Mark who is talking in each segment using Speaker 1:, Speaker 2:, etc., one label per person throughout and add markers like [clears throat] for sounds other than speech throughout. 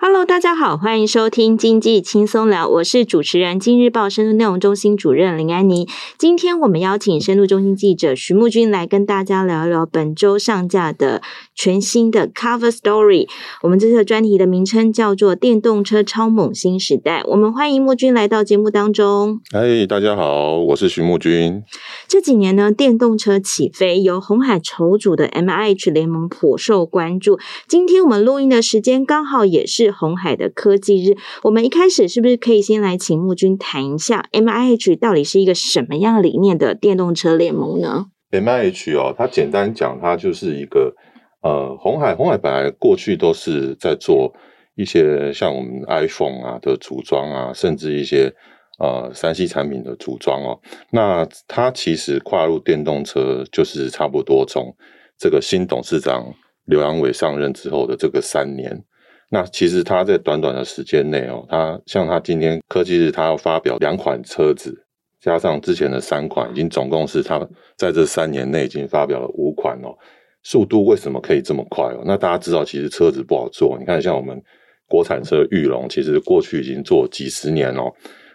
Speaker 1: Hello，大家好，欢迎收听《经济轻松聊》，我是主持人《今日报》深度内容中心主任林安妮。今天我们邀请深度中心记者徐木君来跟大家聊一聊本周上架的全新的 Cover Story。我们这次的专题的名称叫做《电动车超猛新时代》。我们欢迎木君来到节目当中。
Speaker 2: 嗨，哎大家好，我是徐木君。
Speaker 1: 这几年呢，电动车起飞，由红海筹组的 M I H 联盟颇受关注。今天我们录音的时间刚好也是红海的科技日，我们一开始是不是可以先来请木君谈一下 M I H 到底是一个什么样理念的电动车联盟呢？
Speaker 2: M I H 哦，它简单讲，它就是一个呃，红海，红海本来过去都是在做一些像我们 iPhone 啊的组装啊，甚至一些呃三 C 产品的组装哦。那它其实跨入电动车，就是差不多从这个新董事长刘阳伟上任之后的这个三年。那其实他在短短的时间内哦，他像他今天科技日，他要发表两款车子，加上之前的三款，已经总共是他在这三年内已经发表了五款哦。速度为什么可以这么快哦？那大家知道，其实车子不好做。你看，像我们国产车玉龙，其实过去已经做几十年哦，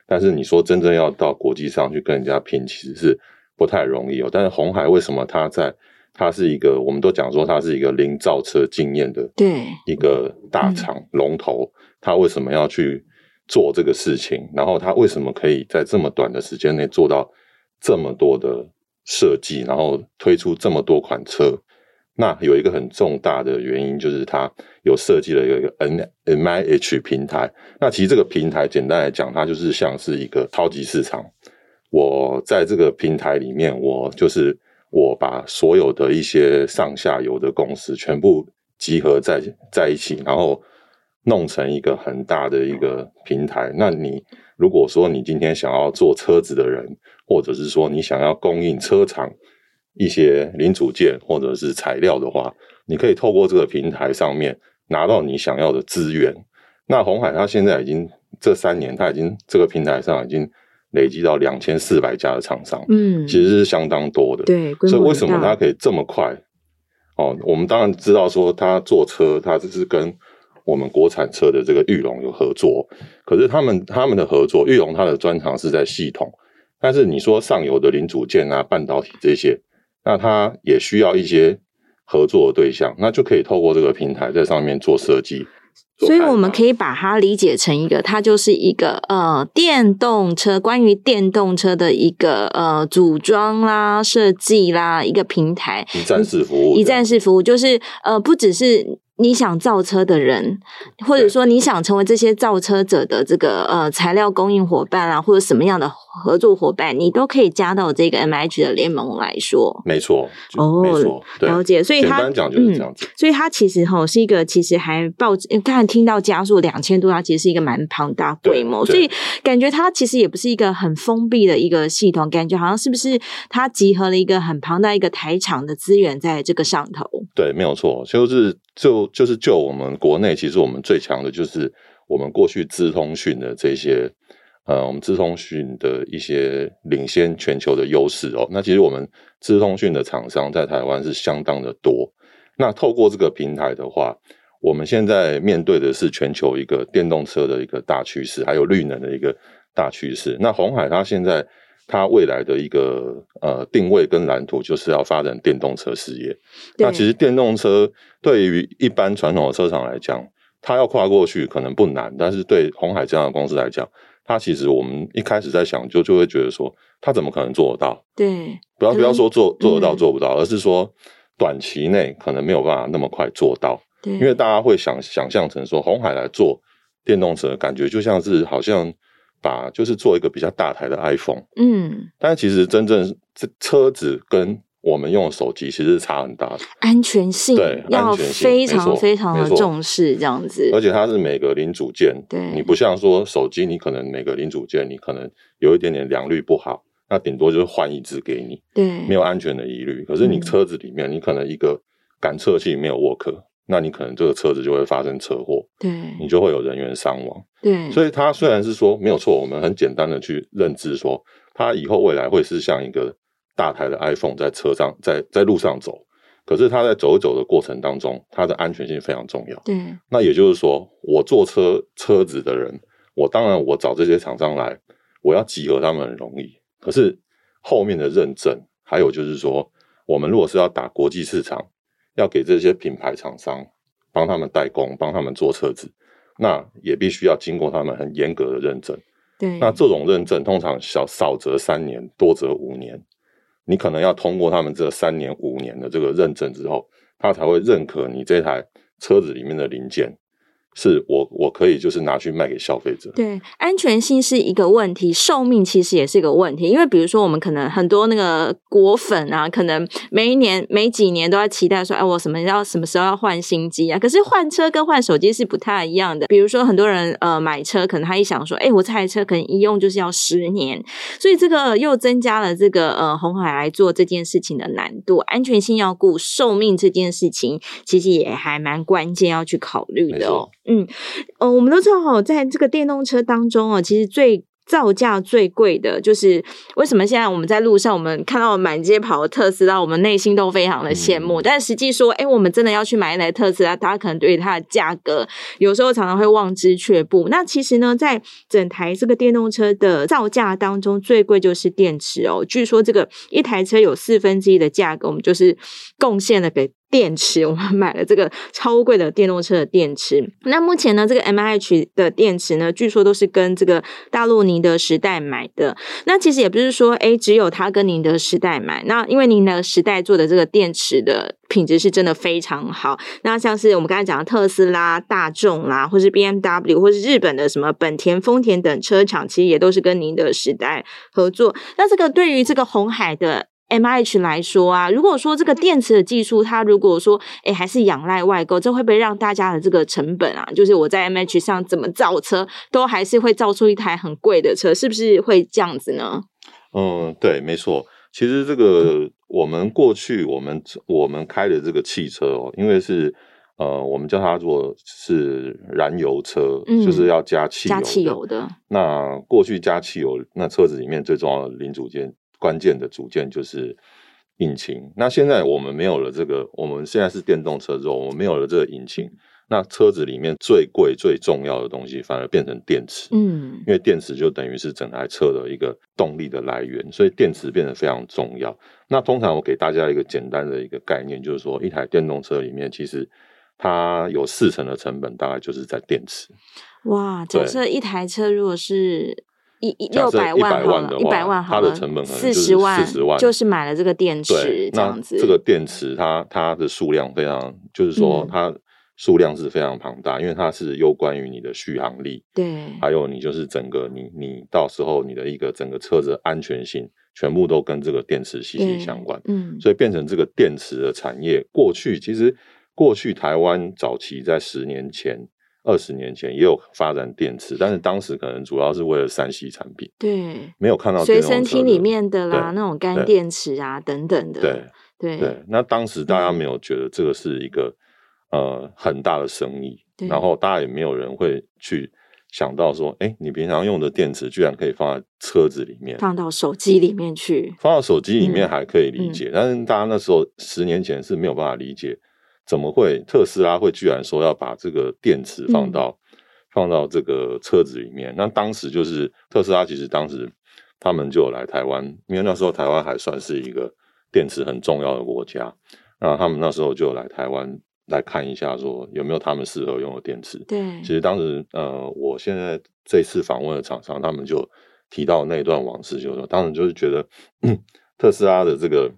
Speaker 2: 但是你说真正要到国际上去跟人家拼，其实是不太容易哦。但是红海为什么它在它是一个，我们都讲说它是一个零造车经验的
Speaker 1: 对，
Speaker 2: 一个大厂龙头，他为什么要去做这个事情？然后他为什么可以在这么短的时间内做到这么多的设计，然后推出这么多款车？那有一个很重大的原因，就是它有设计了有一个 N M I H 平台。那其实这个平台简单来讲，它就是像是一个超级市场。我在这个平台里面，我就是我把所有的一些上下游的公司全部集合在在一起，然后弄成一个很大的一个平台。那你如果说你今天想要做车子的人，或者是说你想要供应车厂一些零组件或者是材料的话，你可以透过这个平台上面拿到你想要的资源。那红海它现在已经这三年，它已经这个平台上已经累积到两千四百家的厂商，
Speaker 1: 嗯，
Speaker 2: 其实是相当多的。
Speaker 1: 对，规模
Speaker 2: 所以为
Speaker 1: 很
Speaker 2: 什么
Speaker 1: 大
Speaker 2: 它可以这么快？哦，我们当然知道说它做车，它就是跟我们国产车的这个玉龙有合作，可是他们他们的合作，玉龙它的专长是在系统，但是你说上游的零组件啊、半导体这些，那它也需要一些合作的对象，那就可以透过这个平台在上面做设计。做
Speaker 1: 所以
Speaker 2: 开
Speaker 1: 我们
Speaker 2: 发
Speaker 1: 可以把它理解成一个，它就是一个呃电动车，关于电动车的一个呃组装啦、设计啦一个平台，
Speaker 2: 一站式服务
Speaker 1: 一站式服务，就是呃不只是。你想造车的人，或者
Speaker 2: 对
Speaker 1: 说你想成为这些造车者的这个呃材料供应伙伴啊，或者什么样的合作伙伴，你都可以加到这个 M H 的联盟来说。
Speaker 2: 没错，就
Speaker 1: 哦
Speaker 2: 没错，对，
Speaker 1: 了解所以
Speaker 2: 简
Speaker 1: 它
Speaker 2: 单讲就是
Speaker 1: 嗯
Speaker 2: 这样子。
Speaker 1: 所以它其实哈是一个，其实还报刚才听到加速两千多，它其实是一个蛮庞大规模，
Speaker 2: 对
Speaker 1: 所
Speaker 2: 对
Speaker 1: 以感觉它其实也不是一个很封闭的一个系统，感觉好像是不是它集合了一个很庞大一个台场的资源在这个上头。
Speaker 2: 对，没有错，就是就就是就我们国内，其实我们最强的就是我们过去资通讯的这些，呃，我们资通讯的一些领先全球的优势哦。那其实我们资通讯的厂商在台湾是相当的多。那透过这个平台的话，我们现在面对的是全球一个电动车的一个大趋势，还有绿能的一个大趋势。那红海它现在它未来的一个呃定位跟蓝图，就是要发展电动车事业。那
Speaker 1: 对
Speaker 2: 其实电动车对于一般传统的车厂来讲，它要跨过去可能不难，但是对红海这样的公司来讲，它其实我们一开始在想就就会觉得说，它怎么可能做得到？
Speaker 1: 对，
Speaker 2: 不要
Speaker 1: 可
Speaker 2: 不
Speaker 1: 能
Speaker 2: 要说做做得到
Speaker 1: 嗯
Speaker 2: 做不到，而是说短期内可能没有办法那么快做到，
Speaker 1: 对，
Speaker 2: 因为大家会想想象成说红海来做电动车，感觉就像是好像把就是做一个比较大台的 iPhone。
Speaker 1: 嗯，
Speaker 2: 但其实真正这车子跟我们用的手机其实是差很大的，
Speaker 1: 安全性
Speaker 2: 对
Speaker 1: 要
Speaker 2: 安全性
Speaker 1: 非
Speaker 2: 没
Speaker 1: 常
Speaker 2: 错
Speaker 1: 非常的
Speaker 2: 没错
Speaker 1: 重视，这样子。
Speaker 2: 而且它是每个零组件，
Speaker 1: 对
Speaker 2: 你不像说手机，你可能每个零组件你可能有一点点良率不好，那顶多就是换一只给你，
Speaker 1: 对，
Speaker 2: 没有安全的疑虑。可是你
Speaker 1: 嗯
Speaker 2: 车子里面，你可能一个感测器没有 work，那你可能这个车子就会发生车祸，
Speaker 1: 对
Speaker 2: 你就会有人员伤亡。
Speaker 1: 对，
Speaker 2: 所以它虽然是说没有错，我们很简单的去认知说，它以后未来会是像一个大台的 iPhone 在车上在在路上走，可是它在走一走的过程当中，它的安全性非常重要。
Speaker 1: 对
Speaker 2: 那也就是说，我坐车车子的人，我当然我找这些厂商来，我要集合他们很容易，可是后面的认证，还有就是说，我们如果是要打国际市场，要给这些品牌厂商帮他们代工，帮他们做车子，那也必须要经过他们很严格的认证。
Speaker 1: 对，
Speaker 2: 那这种认证通常小少则三年，多则五年。你可能要通过他们这三年、五年的这个认证之后，他才会认可你这台车子里面的零件是我我可以就是拿去卖给消费者。
Speaker 1: 对，安全性是一个问题，寿命其实也是一个问题。因为比如说，我们可能很多那个果粉啊，可能每一年、每几年都在期待说，哎，我什么要什么时候要换新机啊？可是换车跟换手机是不太一样的。比如说，很多人呃买车，可能他一想说，哎，我这台车可能一用就是要十年，所以这个又增加了这个呃红海来做这件事情的难度。安全性要顾，寿命这件事情其实也还蛮关键，要去考虑
Speaker 2: 没
Speaker 1: 的哦
Speaker 2: 错。
Speaker 1: 嗯，呃，我们都知道哦，在这个电动车当中哦，其实最造价最贵的就是为什么现在我们在路上，我们看到满街跑的特斯拉，我们内心都非常的羡慕。
Speaker 2: 嗯
Speaker 1: 但实际说，哎，我们真的要去买一台特斯拉，大家可能对它的价格有时候常常会望之却步。那其实呢，在整台这个电动车的造价当中，最贵就是电池哦。据说这个一台车有四分之一的价格，我们就是贡献了给。电池，我们 [laughs] 买了这个超贵的电动车的电池。那目前呢，这个 M H 的电池呢，据说都是跟这个大陆宁德时代买的。那其实也不是说，诶，只有它跟宁德时代买。那因为宁德时代做的这个电池的品质是真的非常好。那像是我们刚才讲的特斯拉、大众啦，或是 B M W，或是日本的什么本田、丰田等车厂，其实也都是跟宁德时代合作。那这个对于这个红海的 M H 来说啊，如果说这个电池的技术，它如果说诶还是仰赖外购，这会不会让大家的这个成本啊，就是我在 M H 上怎么造车，都还是会造出一台很贵的车，是不是会这样子呢？
Speaker 2: 嗯，对，没错。其实这个我们过去我们我们开的这个汽车哦，因为是呃，我们叫它做是燃油车，
Speaker 1: 嗯
Speaker 2: 就是要加汽油
Speaker 1: 加
Speaker 2: 的，
Speaker 1: 汽油的，
Speaker 2: 那过去加汽油，那车子里面最重要的零组件、关键的组件就是引擎。那现在我们没有了这个，我们现在是电动车之后，我们没有了这个引擎，那车子里面最贵、最重要的东西反而变成电池。
Speaker 1: 嗯，
Speaker 2: 因为电池就等于是整台车的一个动力的来源，所以电池变得非常重要。那通常我给大家一个简单的一个概念，就是说一台电动车里面其实它有四成的成本大概就是在电池。
Speaker 1: 哇，假
Speaker 2: 对
Speaker 1: 设一台车如果是。一一
Speaker 2: 假
Speaker 1: 六
Speaker 2: 设
Speaker 1: 百
Speaker 2: 100
Speaker 1: 好
Speaker 2: 万
Speaker 1: 了，
Speaker 2: 的
Speaker 1: 一百
Speaker 2: 话
Speaker 1: 万好
Speaker 2: 它的
Speaker 1: 了
Speaker 2: 成本可能
Speaker 1: 四
Speaker 2: 就是
Speaker 1: 十万，
Speaker 2: 40万
Speaker 1: 就是买了这个电池
Speaker 2: 对，
Speaker 1: 这样子。
Speaker 2: 那这个电池它它的数量非常，就是说
Speaker 1: 嗯
Speaker 2: 它数量是非常庞大，因为它是有关于你的续航力，
Speaker 1: 对
Speaker 2: 还有你就是整个你你到时候你的一个整个车子的安全性，全部都跟这个电池息息
Speaker 1: 对
Speaker 2: 相关。
Speaker 1: 嗯，
Speaker 2: 所以变成这个电池的产业，过去其实过去台湾早期在十年前、二十年前也有发展电池，但是当时可能主要是为了三 C 产品，
Speaker 1: 对，
Speaker 2: 没有看到
Speaker 1: 随
Speaker 2: 电动
Speaker 1: 身
Speaker 2: 车
Speaker 1: 听
Speaker 2: 的
Speaker 1: 里面的啦，
Speaker 2: 对
Speaker 1: 那种干
Speaker 2: 对
Speaker 1: 电池啊等等的，
Speaker 2: 对
Speaker 1: 对嗯
Speaker 2: 对，那当时大家没有觉得这个是一个呃很大的生意
Speaker 1: 对，
Speaker 2: 然后大家也没有人会去想到说，哎、你平常用的电池居然可以放在车子里面，
Speaker 1: 放到手机里面去，
Speaker 2: 放到手机里
Speaker 1: 嗯
Speaker 2: 面还可以理解，但是大家那时候十年前是没有办法理解，怎么会特斯拉会居然说要把这个电池放到、
Speaker 1: 嗯
Speaker 2: 放到这个车子里面？那当时就是特斯拉，其实当时他们就有来台湾，因为那时候台湾还算是一个电池很重要的国家，那他们那时候就有来台湾来看一下，说有没有他们适合用的电池。
Speaker 1: 对
Speaker 2: 其，实当时呃，我现在这次访问的厂商，他们就提到那一段往事，就是说，当时就是觉得、 [clears throat] 嗯特斯拉的这个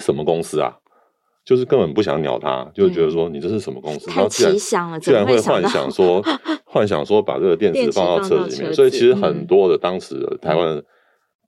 Speaker 2: 什么公司啊，就是根本不想鸟他，就觉得说你这是什么公司，然
Speaker 1: 太
Speaker 2: 后居然
Speaker 1: 奇想了，
Speaker 2: 居
Speaker 1: 怎么
Speaker 2: 然会
Speaker 1: 想
Speaker 2: 幻
Speaker 1: 到？
Speaker 2: 想说
Speaker 1: [laughs]
Speaker 2: 幻想说把这个电
Speaker 1: 电
Speaker 2: 池
Speaker 1: 池
Speaker 2: 放到
Speaker 1: 放
Speaker 2: 车
Speaker 1: 到
Speaker 2: 子里
Speaker 1: 车
Speaker 2: 面，所以其
Speaker 1: 子
Speaker 2: 实
Speaker 1: 嗯
Speaker 2: 很多的当时的台湾的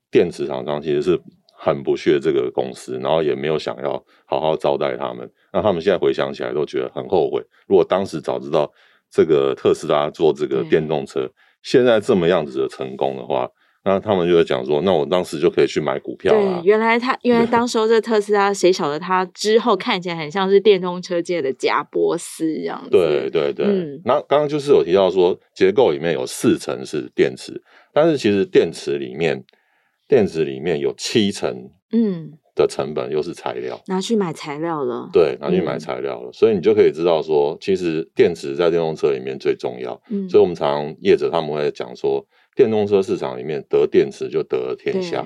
Speaker 2: 电池厂商其实是很不屑这个公司，然后也没有想要好好招待他们。那他们现在回想起来都觉得很后悔，如果当时早知道这个特斯拉做这个电动车，现在这么样子的成功的话，那他们就会讲说，那我当时就可以去买股票啊啦
Speaker 1: 对，。原来他原来当时候这特斯拉，谁晓得他之后看起来很像是电动车界的贾伯斯这样子。
Speaker 2: 对对对，
Speaker 1: 嗯
Speaker 2: 那刚刚就是有提到说，结构里面有四层是电池，但是其实电池里面，电池里面有七层
Speaker 1: 嗯，
Speaker 2: 的成本又是材料，
Speaker 1: 拿去买材料了。
Speaker 2: 对，拿去买
Speaker 1: 嗯
Speaker 2: 材料了，所以你就可以知道说，其实电池在电动车里面最重要。
Speaker 1: 嗯，
Speaker 2: 所以我们常常业者他们会讲说，电动车市场里面得电池就得了天
Speaker 1: 对嗯
Speaker 2: 下，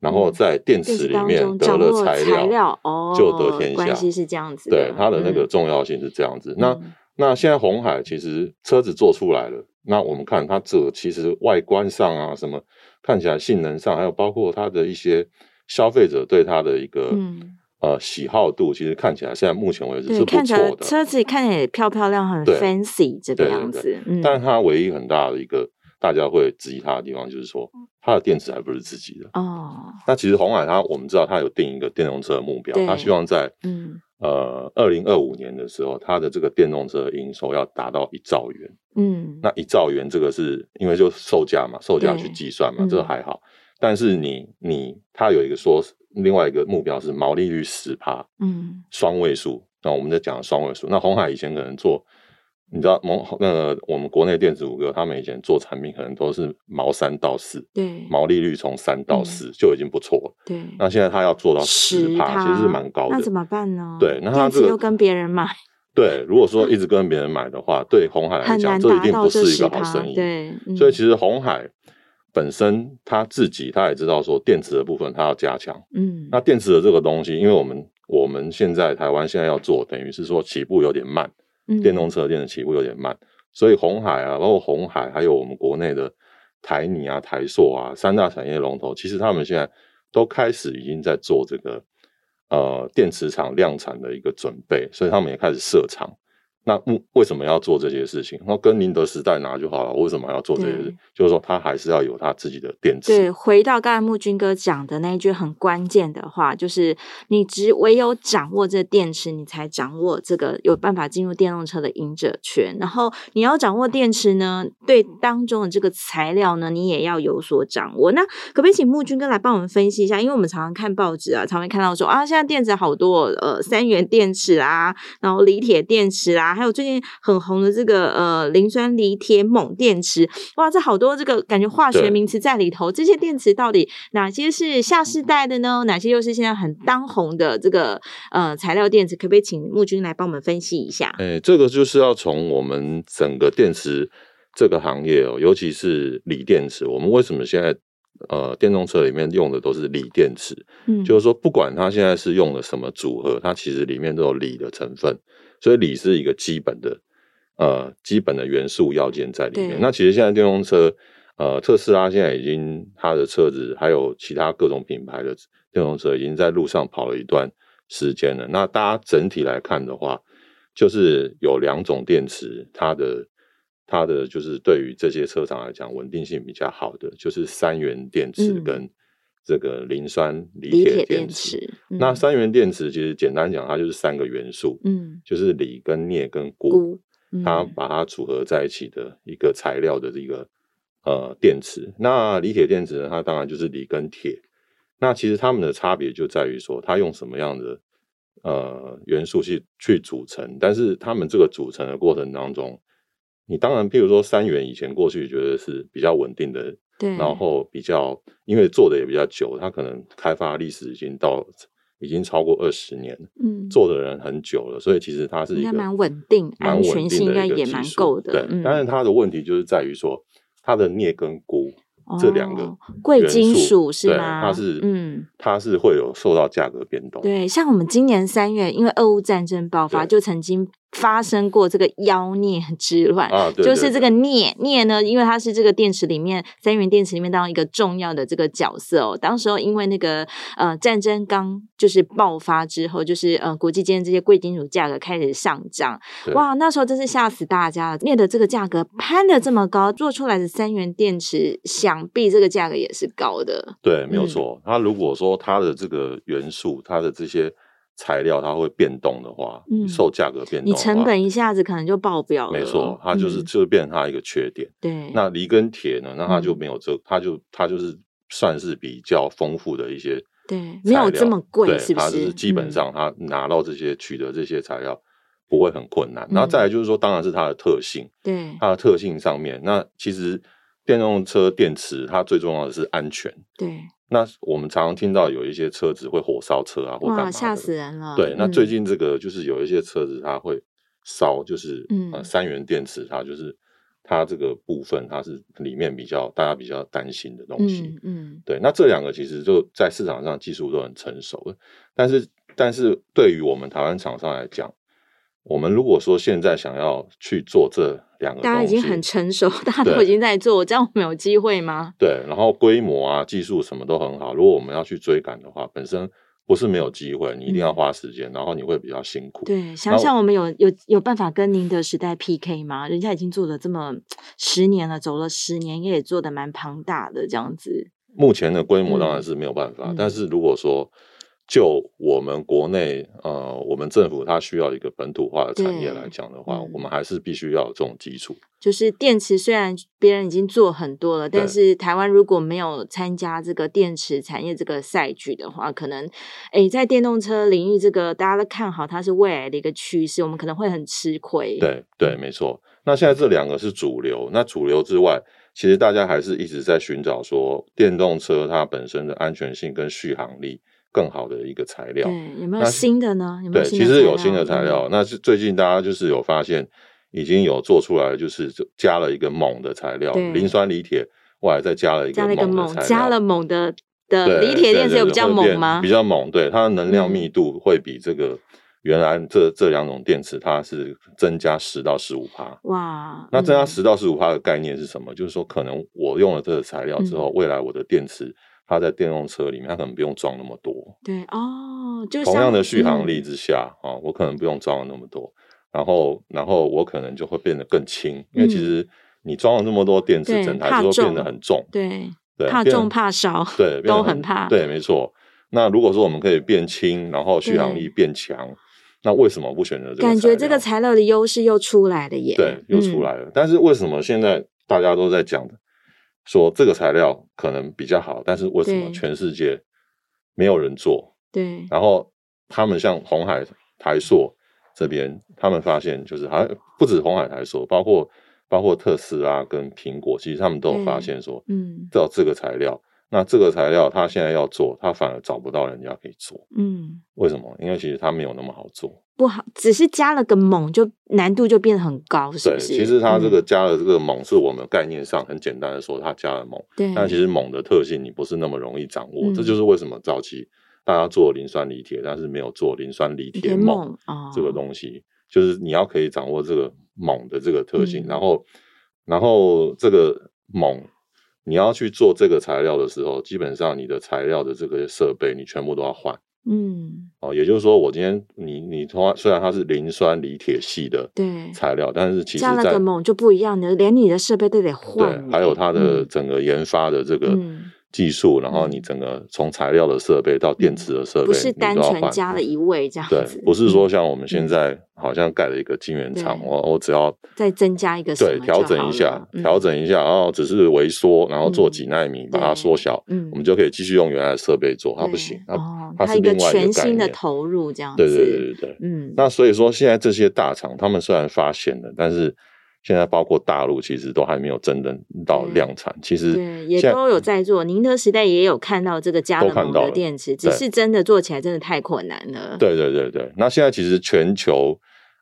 Speaker 2: 然后在
Speaker 1: 电
Speaker 2: 电池
Speaker 1: 视
Speaker 2: 里
Speaker 1: 当
Speaker 2: 面
Speaker 1: 中
Speaker 2: 得
Speaker 1: 掌
Speaker 2: 了
Speaker 1: 握
Speaker 2: 材
Speaker 1: 材料哦，
Speaker 2: 就得天下，
Speaker 1: 关系是这样子的。
Speaker 2: 对它的那个
Speaker 1: 嗯
Speaker 2: 重要性是这样子。那
Speaker 1: 嗯
Speaker 2: 那现在红海其实车子做出来了，那我们看它这个其实外观上啊，什么看起来性能上，还有包括它的一些消费者对它的一个、
Speaker 1: 嗯
Speaker 2: 呃喜好度，其实看起来现在目前为止是
Speaker 1: 对，
Speaker 2: 不
Speaker 1: 看起来
Speaker 2: 错的。
Speaker 1: 车子看起来也漂漂亮，很
Speaker 2: 对
Speaker 1: fancy 这个
Speaker 2: 对对
Speaker 1: 样
Speaker 2: 对
Speaker 1: 子。嗯，
Speaker 2: 但它唯一很大的一个大家会质疑它的地方，就是说它的电池还不是自己的。
Speaker 1: 哦，
Speaker 2: 那其实红海它我们知道它有定一个电动车的目标
Speaker 1: 对，
Speaker 2: 它希望在
Speaker 1: 嗯
Speaker 2: 呃二零二五年的时候，它的这个电动车的营收要达到一兆元。
Speaker 1: 嗯，
Speaker 2: 那一兆元这个是因为就售价嘛，售价
Speaker 1: 对
Speaker 2: 去计算嘛
Speaker 1: 嗯，
Speaker 2: 这个还好。但是你你它有一个说另外一个目标是毛利率十趴，
Speaker 1: 嗯
Speaker 2: 双位数。那我们在讲双位数，那红海以前可能做，你知道蒙那个我们国内电子五哥他们以前做产品可能都是毛三到四，
Speaker 1: 对
Speaker 2: 毛利率从三
Speaker 1: 嗯
Speaker 2: 到四就已经不错了。
Speaker 1: 对，
Speaker 2: 那现在他要做到十
Speaker 1: 10
Speaker 2: 趴，其实是蛮高的。
Speaker 1: 那怎么办呢？
Speaker 2: 对那它
Speaker 1: 电池
Speaker 2: 这个
Speaker 1: 又跟别人买，
Speaker 2: 对，如果说一直跟别人买的话，对红海来
Speaker 1: 很
Speaker 2: 讲，
Speaker 1: 难
Speaker 2: 这一
Speaker 1: 达
Speaker 2: 定
Speaker 1: 到
Speaker 2: 不
Speaker 1: 这
Speaker 2: 是一
Speaker 1: 十
Speaker 2: 个好
Speaker 1: 趴。
Speaker 2: 生意。
Speaker 1: 对，嗯
Speaker 2: 所以其实红海本身他自己他也知道说电池的部分他要加强。
Speaker 1: 嗯，
Speaker 2: 那电池的这个东西，因为我们我们现在台湾现在要做，等于是说起步有点慢，
Speaker 1: 嗯
Speaker 2: 电动车电池起步有点慢，所以红海啊，包括红海，还有我们国内的台泥啊、台塑啊三大产业龙头，其实他们现在都开始已经在做这个呃电池厂量产的一个准备，所以他们也开始设厂。那目为什么要做这些事情？那跟宁德时代拿就好了。为什么要做这些
Speaker 1: 对
Speaker 2: 事？就是说，它还是要有它自己的电池。
Speaker 1: 对，回到刚才木军哥讲的那一句很关键的话，就是你只唯有掌握这电池，你才掌握这个有办法进入电动车的赢者圈。然后你要掌握电池呢，对当中的这个材料呢，你也要有所掌握。那可不可以请木军哥来帮我们分析一下？因为我们常常看报纸啊，常会看到说啊，现在电池好多哦，呃，三元电池啊，然后锂铁电池啊，还有最近很红的这个呃磷酸锂铁锰电池，哇，这好多这个感觉化学
Speaker 2: 对
Speaker 1: 名词在里头。这些电池到底哪些是下世代的呢？哪些又是现在很当红的这个呃材料电池？可不可以请木君来帮我们分析一下？
Speaker 2: 哎，这个就是要从我们整个电池这个行业哦，尤其是锂电池，我们为什么现在呃电动车里面用的都是锂电池？
Speaker 1: 嗯，
Speaker 2: 就是说，不管它现在是用了什么组合，它其实里面都有锂的成分，所以锂是一个基本的呃基本的元素要件在里
Speaker 1: 对
Speaker 2: 面。那其实现在电动车，呃，特斯拉现在已经它的车子还有其他各种品牌的电动车已经在路上跑了一段时间了。那大家整体来看的话，就是有两种电池，它的它的就是对于这些车厂来讲，稳定性比较好的就是三元电池
Speaker 1: 嗯
Speaker 2: 跟这个磷酸锂
Speaker 1: 锂
Speaker 2: 铁
Speaker 1: 铁
Speaker 2: 电
Speaker 1: 电
Speaker 2: 池。
Speaker 1: 池，
Speaker 2: 那
Speaker 1: 嗯
Speaker 2: 三元电池其实简单讲，它就是三个元素，
Speaker 1: 嗯
Speaker 2: 就是锂、跟镍、跟钴
Speaker 1: 钴，，嗯
Speaker 2: 它把它组合在一起的一个材料的这个呃电池。那锂铁电池呢，它当然就是锂跟铁。那其实它们的差别就在于说，它用什么样的呃元素去去组成，但是它们这个组成的过程当中，你当然，譬如说三元以前过去觉得是比较稳定的
Speaker 1: 对，
Speaker 2: 然后比较因为做的也比较久，它可能开发历史已经到已经超过二十年了，
Speaker 1: 嗯
Speaker 2: 做的人很久了，所以其实它是一
Speaker 1: 应该
Speaker 2: 个
Speaker 1: 蛮稳定
Speaker 2: 蛮
Speaker 1: 安
Speaker 2: 稳
Speaker 1: 全
Speaker 2: 定
Speaker 1: 性应
Speaker 2: 的
Speaker 1: 该
Speaker 2: 一个
Speaker 1: 也
Speaker 2: 技
Speaker 1: 蛮
Speaker 2: 术
Speaker 1: 够的
Speaker 2: 对，
Speaker 1: 嗯
Speaker 2: 但是它的问题就是在于说它的镍跟钴这两个
Speaker 1: 哦贵
Speaker 2: 元
Speaker 1: 金属
Speaker 2: 素
Speaker 1: 是
Speaker 2: 对
Speaker 1: 吗
Speaker 2: 它是
Speaker 1: 嗯。
Speaker 2: 它是会有受到价格变动，
Speaker 1: 对，像我们今年三月，因为俄乌战争爆发，
Speaker 2: 对
Speaker 1: 就曾经发生过这个妖孽之乱，
Speaker 2: 啊，对，
Speaker 1: 就是
Speaker 2: 对
Speaker 1: 这
Speaker 2: 对
Speaker 1: 个镍镍呢，因为它是这个电池里面三元电池里面当一个重要的这个角色哦。当时候因为那个呃战争刚就是爆发之后，就是呃国际间这些贵金属价格开始上涨，
Speaker 2: 对
Speaker 1: 哇，那时候真是吓死大家了！镍的这个价格攀的这么高，做出来的三元电池想必这个价格也是高的。
Speaker 2: 对，没有
Speaker 1: 嗯
Speaker 2: 错。它如果说它的这个元素，它的这些材料，它会变动的话，
Speaker 1: 嗯
Speaker 2: 受价格变动
Speaker 1: 你
Speaker 2: 的话，
Speaker 1: 成本一下子可能就爆表了，
Speaker 2: 啊
Speaker 1: 哦嗯
Speaker 2: 没错，它就是、就变成它一个缺点。
Speaker 1: 对，
Speaker 2: 那锂跟铁呢？那它就
Speaker 1: 嗯
Speaker 2: 没有这，它就它就是算是比较丰富的一些
Speaker 1: 对
Speaker 2: 材
Speaker 1: 没
Speaker 2: 料，
Speaker 1: 有这么贵
Speaker 2: 对
Speaker 1: 是不
Speaker 2: 它
Speaker 1: 是
Speaker 2: 就是基本
Speaker 1: 嗯
Speaker 2: 上它拿到这些取得这些材料不会很困难。然后
Speaker 1: 嗯
Speaker 2: 再来就是说，当然是它的特性，
Speaker 1: 对
Speaker 2: 它的特性上面，那其实电动车电池它最重要的是安全。
Speaker 1: 对，
Speaker 2: 那我们常常听到有一些车子会火烧车啊，或干嘛
Speaker 1: 哇，
Speaker 2: 的
Speaker 1: 吓死人了。
Speaker 2: 对，那最
Speaker 1: 嗯
Speaker 2: 近这个就是有一些车子它会烧，就是、
Speaker 1: 嗯
Speaker 2: 呃三元电池，它就是它这个部分它是里面比较大家比较担心的东西。
Speaker 1: 嗯嗯，
Speaker 2: 对，那这两个其实就在市场上技术都很成熟了，但是但是对于我们台湾厂商来讲，我们如果说现在想要去做这两个东
Speaker 1: 大
Speaker 2: 西，
Speaker 1: 家已经很成熟， [laughs] 大家都
Speaker 2: 对
Speaker 1: 已经在做，这样我们有机会吗？
Speaker 2: 对，然后规模啊、技术什么都很好。如果我们要去追赶的话，本身不是没有机会，你一定
Speaker 1: 嗯
Speaker 2: 要花时间，然后你会比较辛苦。
Speaker 1: 对，想想我们有有有办法跟您的时代 PK 吗？人家已经做了这么十年了，走了十年，也做的蛮庞大的这样子。
Speaker 2: 目前的规模当然
Speaker 1: 嗯
Speaker 2: 是没有办法，
Speaker 1: 嗯
Speaker 2: 但是如果说就我们国内呃，我们政府它需要一个本土化的产业
Speaker 1: 对
Speaker 2: 来讲的话，
Speaker 1: 嗯
Speaker 2: 我们还是必须要有这种基础。
Speaker 1: 就是电池虽然别人已经做很多了，但
Speaker 2: 对
Speaker 1: 是台湾如果没有参加这个电池产业这个赛局的话，可能诶在电动车领域这个大家都看好它是未来的一个趋势，我们可能会很吃亏。，
Speaker 2: 对对，没错。那现在这两个是主流，那主流之外，其实大家还是一直在寻找说电动车它本身的安全性跟续航力更好的一个材料。
Speaker 1: 对，有没有
Speaker 2: 那是
Speaker 1: 新的呢？有没
Speaker 2: 对，
Speaker 1: 有新
Speaker 2: 其
Speaker 1: 的
Speaker 2: 实
Speaker 1: 材
Speaker 2: 有新的材
Speaker 1: 嗯
Speaker 2: 料，那是最近大家就是有发现，已经有做出来，就是加了一个锰的材料
Speaker 1: 对，
Speaker 2: 磷酸锂铁，我还再加了一
Speaker 1: 嗯
Speaker 2: 个
Speaker 1: 加了一个锰，
Speaker 2: 锰的材料，
Speaker 1: 加了锰的的
Speaker 2: 对
Speaker 1: 锂铁
Speaker 2: 对
Speaker 1: 电池
Speaker 2: 对
Speaker 1: 有比
Speaker 2: 对
Speaker 1: 较
Speaker 2: 会
Speaker 1: 锰
Speaker 2: 变
Speaker 1: 吗？
Speaker 2: 比较锰，对，它的能量密
Speaker 1: 嗯
Speaker 2: 度会比这个原来这这两种电池它是增加十到十五帕。
Speaker 1: 哇，
Speaker 2: 那增加
Speaker 1: 嗯
Speaker 2: 十到十五帕的概念是什么？就是说，可能我用了这个材
Speaker 1: 嗯
Speaker 2: 料之后，未来我的电池它在电动车里面，它可能不用装那么多。
Speaker 1: 对哦，就
Speaker 2: 同
Speaker 1: 像
Speaker 2: 样的续航力
Speaker 1: 嗯
Speaker 2: 之下啊、我可能不用装了那么多，然后然后我可能就会变得更轻，因为其
Speaker 1: 嗯
Speaker 2: 实你装了那么多电
Speaker 1: 对
Speaker 2: 池，整台
Speaker 1: 怕
Speaker 2: 车都变
Speaker 1: 重
Speaker 2: 得很重，
Speaker 1: 嗯对
Speaker 2: 对，
Speaker 1: 怕
Speaker 2: 变得
Speaker 1: 重怕少
Speaker 2: 对，变
Speaker 1: 都
Speaker 2: 得
Speaker 1: 很怕
Speaker 2: 对，没错。那如果说我们可以变轻，然后续航力
Speaker 1: 对
Speaker 2: 变强，那为什么不选择这个？
Speaker 1: 感觉这个材料的优势又出来了耶，
Speaker 2: 对，又出
Speaker 1: 嗯。
Speaker 2: 来了。但是为什么现在大家都在讲说这个材料可能比较好，但是为什么
Speaker 1: 对
Speaker 2: 全世界没有人做？
Speaker 1: 对，
Speaker 2: 然后他们像红海、台塑这边，他们发现就是还不止红海、台塑，包括包括特斯拉跟苹果，其实他们都有发现说，
Speaker 1: 嗯
Speaker 2: 到这个材料，那这个材料它现在要做，它反而找不到人家可以做，
Speaker 1: 嗯，
Speaker 2: 为什么？因为其实它没有那么好做。
Speaker 1: 不好，只是加了个锰，就难度就变得很高，是
Speaker 2: 对，
Speaker 1: 不是？
Speaker 2: 其实它这
Speaker 1: 嗯
Speaker 2: 个加了这个锰，是我们概念上很简单的说，它加了锰。
Speaker 1: 对，
Speaker 2: 但其实锰的特性你不是那么容易掌握，
Speaker 1: 嗯
Speaker 2: 这就是为什么早期大家做磷酸锂铁，但是没有做磷酸锂铁锰
Speaker 1: 锰哦，
Speaker 2: 这个东西，就是你要可以掌握这个锰的这个特性，
Speaker 1: 嗯
Speaker 2: 然后然后这个锰。你要去做这个材料的时候，基本上你的材料的这个设备你全部都要换
Speaker 1: 嗯，
Speaker 2: 哦。也就是说，我今天你你它虽然它是磷酸锂铁系的
Speaker 1: 对，
Speaker 2: 材料，但是其实
Speaker 1: 加了
Speaker 2: 在
Speaker 1: 个锰就不一样了，连你的设备都得换
Speaker 2: 对，
Speaker 1: 耶，
Speaker 2: 还有它的
Speaker 1: 嗯
Speaker 2: 整个研发的这个
Speaker 1: 嗯
Speaker 2: 技术，然后
Speaker 1: 嗯
Speaker 2: 你整个从材料的设备到电池的设备，
Speaker 1: 不是
Speaker 2: 你都要
Speaker 1: 单纯
Speaker 2: 换
Speaker 1: 加了一位这样
Speaker 2: 对
Speaker 1: 子，，
Speaker 2: 不是
Speaker 1: 嗯
Speaker 2: 说像我们现在好像盖了一个晶圆厂，
Speaker 1: 对
Speaker 2: 我我只要
Speaker 1: 再增加一个什
Speaker 2: 对
Speaker 1: 么就
Speaker 2: 调
Speaker 1: 好
Speaker 2: 整一下
Speaker 1: 了，嗯
Speaker 2: 调整一下，然后只是微缩，然后做
Speaker 1: 嗯
Speaker 2: 几纳米
Speaker 1: 对
Speaker 2: 把它缩小，
Speaker 1: 嗯
Speaker 2: 我们就可以继续用原来的设备做，它不
Speaker 1: 对
Speaker 2: 行，
Speaker 1: 哦
Speaker 2: 它，它
Speaker 1: 它
Speaker 2: 是
Speaker 1: 一个
Speaker 2: 另外
Speaker 1: 全
Speaker 2: 概
Speaker 1: 新的
Speaker 2: 念，
Speaker 1: 投入这样子，
Speaker 2: 对对对对对。
Speaker 1: 嗯，
Speaker 2: 那所以说，现在这些大厂，他们虽然发现了，但是现在包括大陆，其实都还没有真的到
Speaker 1: 对
Speaker 2: 量产。其实
Speaker 1: 对，也
Speaker 2: 现在
Speaker 1: 都有在做。宁德时代也有看到这个加
Speaker 2: 都
Speaker 1: 了
Speaker 2: 看
Speaker 1: 锰
Speaker 2: 到
Speaker 1: 的
Speaker 2: 了
Speaker 1: 电池，只
Speaker 2: 对
Speaker 1: 是真的做起来真的太困难了。，
Speaker 2: 对对对对。那现在其实全球，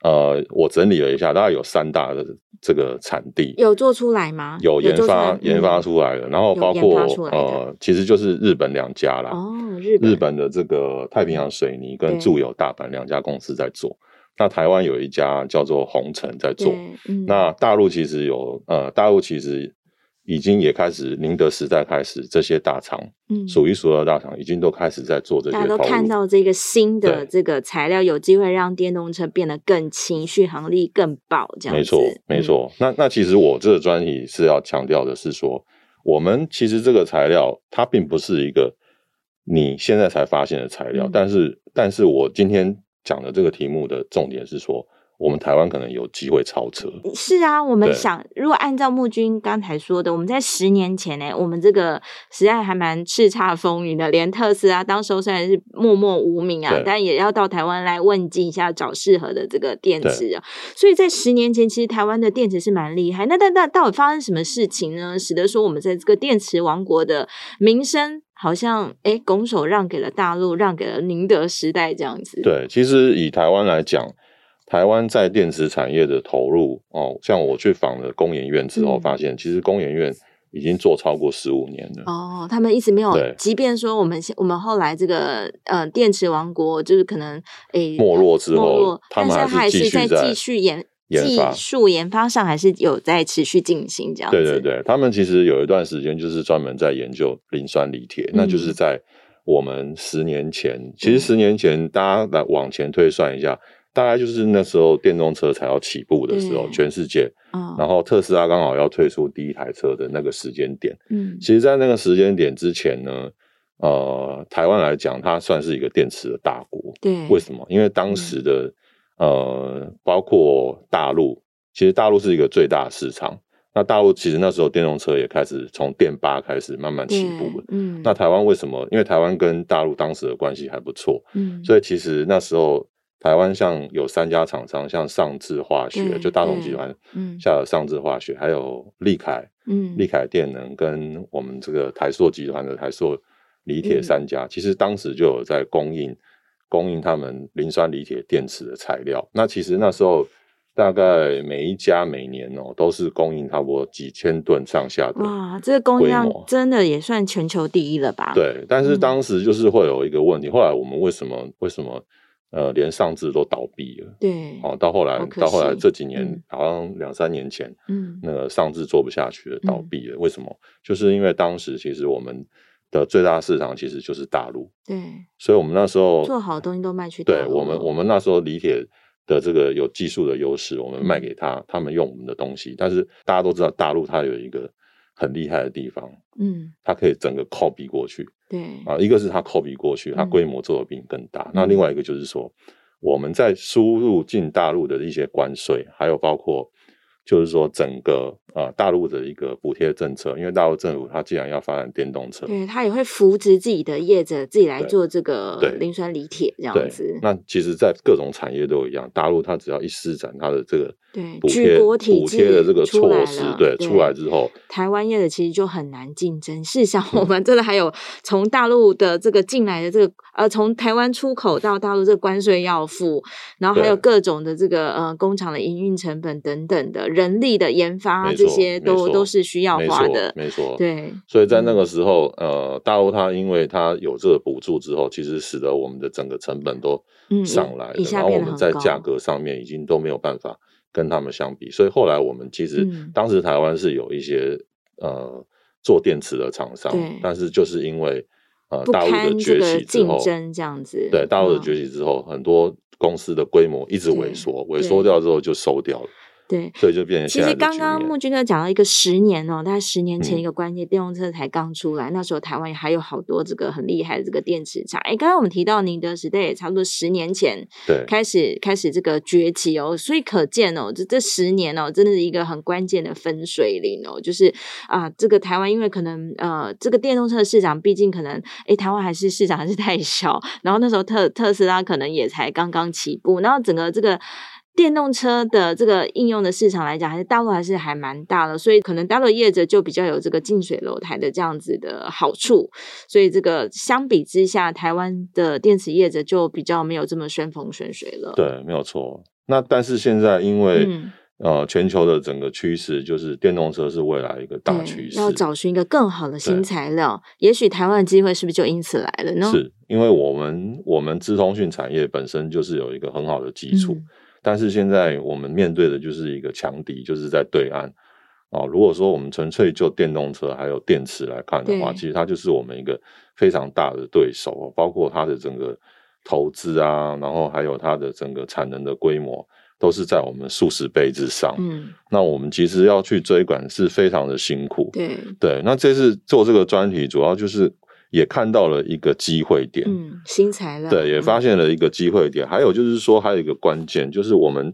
Speaker 2: 呃，我整理了一下，大概有三大的这个产地
Speaker 1: 有做出来吗？
Speaker 2: 有研
Speaker 1: 做出
Speaker 2: 发
Speaker 1: 来
Speaker 2: 研发出来了，然
Speaker 1: 嗯
Speaker 2: 后
Speaker 1: 有
Speaker 2: 包
Speaker 1: 研
Speaker 2: 括
Speaker 1: 发出来的
Speaker 2: 呃，其实就是日本两家啦，
Speaker 1: 嗯哦，日
Speaker 2: 日
Speaker 1: 本
Speaker 2: 本的这个太平洋水泥跟
Speaker 1: 对
Speaker 2: 住友大阪两家公司在做。那台湾有一家叫做红城在做，
Speaker 1: 对，嗯，
Speaker 2: 那大陆其实有呃，大陆其实已经也开始宁德时代开始，这些大厂
Speaker 1: 嗯
Speaker 2: 数一数二的大厂已经都开始在做这些
Speaker 1: 大
Speaker 2: 投
Speaker 1: 家
Speaker 2: 入。
Speaker 1: 都看到这个新的
Speaker 2: 对
Speaker 1: 这个材料，有机会让电动车变得更轻，续航力更爆，这样
Speaker 2: 没
Speaker 1: 子
Speaker 2: 错，没。
Speaker 1: 嗯
Speaker 2: 错。那那其实我这个专题是要强调的是说，我们其实这个材料它并不是一个你现在才发现的材料，
Speaker 1: 嗯
Speaker 2: 但是但是我今天讲的这个题目的重点是说，我们台湾可能有机会超车。
Speaker 1: 是啊，我们
Speaker 2: 对
Speaker 1: 想，如果按照木君刚才说的，我们在十年前呢、我们这个实在还蛮叱咤风云的，连特斯拉当时候虽然是默默无名啊
Speaker 2: 对，
Speaker 1: 但也要到台湾来问津一下，找适合的这个电池啊。所以在十年前，其实台湾的电池是蛮厉害。那但但到底发生什么事情呢？使得说我们在这个电池王国的名声好像哎拱手让给了大陆，让给了宁德时代这样子。，
Speaker 2: 对，其实以台湾来讲，台湾在电池产业的投入哦，像我去访了工研院之后，
Speaker 1: 嗯
Speaker 2: 发现其实工研院已经做超过十五年了。
Speaker 1: 哦，他们一直没有
Speaker 2: 嗯对，
Speaker 1: 即便说我们现我们后来这个呃电池王国就是可能诶
Speaker 2: 没落之
Speaker 1: 没
Speaker 2: 后
Speaker 1: 落，
Speaker 2: 他们
Speaker 1: 但是
Speaker 2: 还
Speaker 1: 还
Speaker 2: 是继
Speaker 1: 是
Speaker 2: 续
Speaker 1: 在
Speaker 2: 在
Speaker 1: 继续研
Speaker 2: 研
Speaker 1: 技
Speaker 2: 发
Speaker 1: 术研发上还是有在持续进行这样子。
Speaker 2: 对对对，他们其实有一段时间就是专门在研究磷酸锂铁，那就是在我们十年前，其实十年前大家来往前推算一下，大概就是那时候电动车才要起步的时候，
Speaker 1: 对
Speaker 2: 全世界，
Speaker 1: 嗯，
Speaker 2: 然后特斯拉刚好要推出第一台车的那个时间点。
Speaker 1: 嗯
Speaker 2: 其实，在那个时间点之前呢，呃，台湾来讲，它算是一个电池的大国。
Speaker 1: 对，
Speaker 2: 为什么？因为
Speaker 1: 嗯
Speaker 2: 当时的、呃，包括大陆，其实大陆是一个最大的市场。那大陆其实那时候电动车也开始从电八开始慢慢起
Speaker 1: 对
Speaker 2: 步了。
Speaker 1: 嗯，
Speaker 2: 那台湾为什么？因为台湾跟大陆当时的关系还不错，
Speaker 1: 嗯
Speaker 2: 所以其实那时候台湾像有三家厂商，像上智化学，
Speaker 1: 对
Speaker 2: 就大同集团
Speaker 1: 嗯
Speaker 2: 下的上智化学，还有力凯，
Speaker 1: 嗯
Speaker 2: 力凯电能跟我们这个台塑集团的台塑锂铁
Speaker 1: 嗯
Speaker 2: 三家，其实当时就有在供应供应他们磷酸锂铁电池的材料。那其实那时候大概每一家每年哦都是供应差不多几千吨上下的。
Speaker 1: 哇，这个供应
Speaker 2: 规
Speaker 1: 量
Speaker 2: 模
Speaker 1: 真的也算全球第一了吧？，
Speaker 2: 对，但是
Speaker 1: 嗯
Speaker 2: 当时就是会有一个问题，后来我们为什么为什么呃连上智都倒闭了？
Speaker 1: 对，
Speaker 2: 哦，到后来
Speaker 1: 好可惜
Speaker 2: 到后来这几年、
Speaker 1: 嗯
Speaker 2: 好像两三年前，
Speaker 1: 嗯
Speaker 2: 那个上智做不下去了，倒闭了。为什么？就是因为当时其实我们的最大市场其实就是大陆，
Speaker 1: 对，
Speaker 2: 所以我们那时候
Speaker 1: 做好的东西都卖去大
Speaker 2: 对
Speaker 1: 陆
Speaker 2: 我们
Speaker 1: 了
Speaker 2: 我们那时候李铁的这个有技术的优势，我们
Speaker 1: 嗯
Speaker 2: 卖给他，他们用我们的东西。但是大家都知道，大陆它有一个很厉害的地方，
Speaker 1: 嗯
Speaker 2: 它可以整个 copy 过去
Speaker 1: 对，
Speaker 2: 啊。一个是它 copy 过去，它
Speaker 1: 嗯
Speaker 2: 规模做的比你更大。那另外一个就是说，我们在输入进大陆的一些关税，还有包括就是说整个呃大陆的一个补贴政策，因为大陆政府它既然要发展电动车，
Speaker 1: 对他也会扶植自己的业者，自己来
Speaker 2: 对
Speaker 1: 做这个
Speaker 2: 对
Speaker 1: 磷酸锂铁这
Speaker 2: 对
Speaker 1: 样子，。
Speaker 2: 那其实，在各种产业都一样，大陆它只要一施展它的这个
Speaker 1: 对
Speaker 2: 补
Speaker 1: 举
Speaker 2: 贴
Speaker 1: 国体
Speaker 2: 补贴的
Speaker 1: 制
Speaker 2: 这个
Speaker 1: 出来
Speaker 2: 措施
Speaker 1: 了，
Speaker 2: 对，
Speaker 1: 对
Speaker 2: 出来之嗯后，
Speaker 1: 台湾业者其实就很难竞争。事实上，我们真的还有从大陆的这个进来的这个呃，从台湾出口到大陆这个关税要付，然后还有
Speaker 2: 对
Speaker 1: 各种的这个呃工厂的营运成本等等的人力的研发
Speaker 2: 没
Speaker 1: 这
Speaker 2: 错，
Speaker 1: 些
Speaker 2: 没
Speaker 1: 都
Speaker 2: 错
Speaker 1: 都是需要花的。
Speaker 2: 没错，没错。
Speaker 1: 对，嗯
Speaker 2: 所以在那个时候，呃，大陆它因为它有这个补助之后，其实使得我们的整个成本都
Speaker 1: 嗯
Speaker 2: 上来了，
Speaker 1: 一一下
Speaker 2: 然后
Speaker 1: 变
Speaker 2: 我
Speaker 1: 得
Speaker 2: 们
Speaker 1: 很
Speaker 2: 在价
Speaker 1: 高
Speaker 2: 格上面已经都没有办法跟他们相比。所以后来我们其实、
Speaker 1: 嗯
Speaker 2: 当时台湾是有一些呃做电池的厂商
Speaker 1: 对，
Speaker 2: 但是就是因为呃
Speaker 1: 不
Speaker 2: 大陆的
Speaker 1: 堪这
Speaker 2: 崛
Speaker 1: 个
Speaker 2: 起之
Speaker 1: 竞
Speaker 2: 后，
Speaker 1: 争这样子。
Speaker 2: 对大陆的
Speaker 1: 嗯
Speaker 2: 崛起之后，很多公司的规模一直
Speaker 1: 对
Speaker 2: 萎缩，
Speaker 1: 对
Speaker 2: 萎缩掉之后就收掉了，
Speaker 1: 对，
Speaker 2: 所以就变成
Speaker 1: 其
Speaker 2: 现在
Speaker 1: 实
Speaker 2: 的局
Speaker 1: 刚
Speaker 2: 面。
Speaker 1: 刚木君哥讲到一个十年哦，大概十年前
Speaker 2: 嗯
Speaker 1: 一个关键电动车才刚出来，那时候台湾还有好多这个很厉害的这个电池厂。哎，刚刚我们提到宁德时代也差不多十年前
Speaker 2: 对
Speaker 1: 开始开始这个崛起哦，所以可见哦，这这十年哦，真的是一个很关键的分水岭哦，就是啊，这个台湾因为可能呃，这个电动车的市场毕竟可能诶，台湾还是市场还是太小， [laughs] 然后那时候特特斯拉可能也才刚刚起步，然后整个这个。电动车的这个应用的市场来讲，还是大陆还是还蛮大的，所以可能大陆业者就比较有这个近水楼台的这样子的好处。所以这个相比之下，台湾的电池业者就比较没有这么顺风顺水了。，
Speaker 2: 对，没有错。那但是现在因为、
Speaker 1: 嗯
Speaker 2: 呃全球的整个趋势就是电动车是未来一个大
Speaker 1: 对
Speaker 2: 趋势，
Speaker 1: 要找寻一个更好的新
Speaker 2: 对
Speaker 1: 材料，也许台湾的机会是不是就因此来了呢？
Speaker 2: 是因为我们我们资通讯产业本身就是有一个很好的基础，
Speaker 1: 嗯
Speaker 2: 但是现在我们面对的就是一个强敌，就是在对岸。哦，如果说我们纯粹就电动车还有电池来看的话，
Speaker 1: 对
Speaker 2: 其实它就是我们一个非常大的对手哦，包括它的整个投资啊，然后还有它的整个产能的规模，都是在我们数十倍之上。
Speaker 1: 嗯，
Speaker 2: 那我们其实要去追赶是非常的辛苦。
Speaker 1: 对，
Speaker 2: 对，那这次做这个专题，主要就是也看到了一个机会点。
Speaker 1: 嗯，新材料，
Speaker 2: 对，也发
Speaker 1: 嗯
Speaker 2: 现了一个机会点。还有就是说，还有一个关键就是我们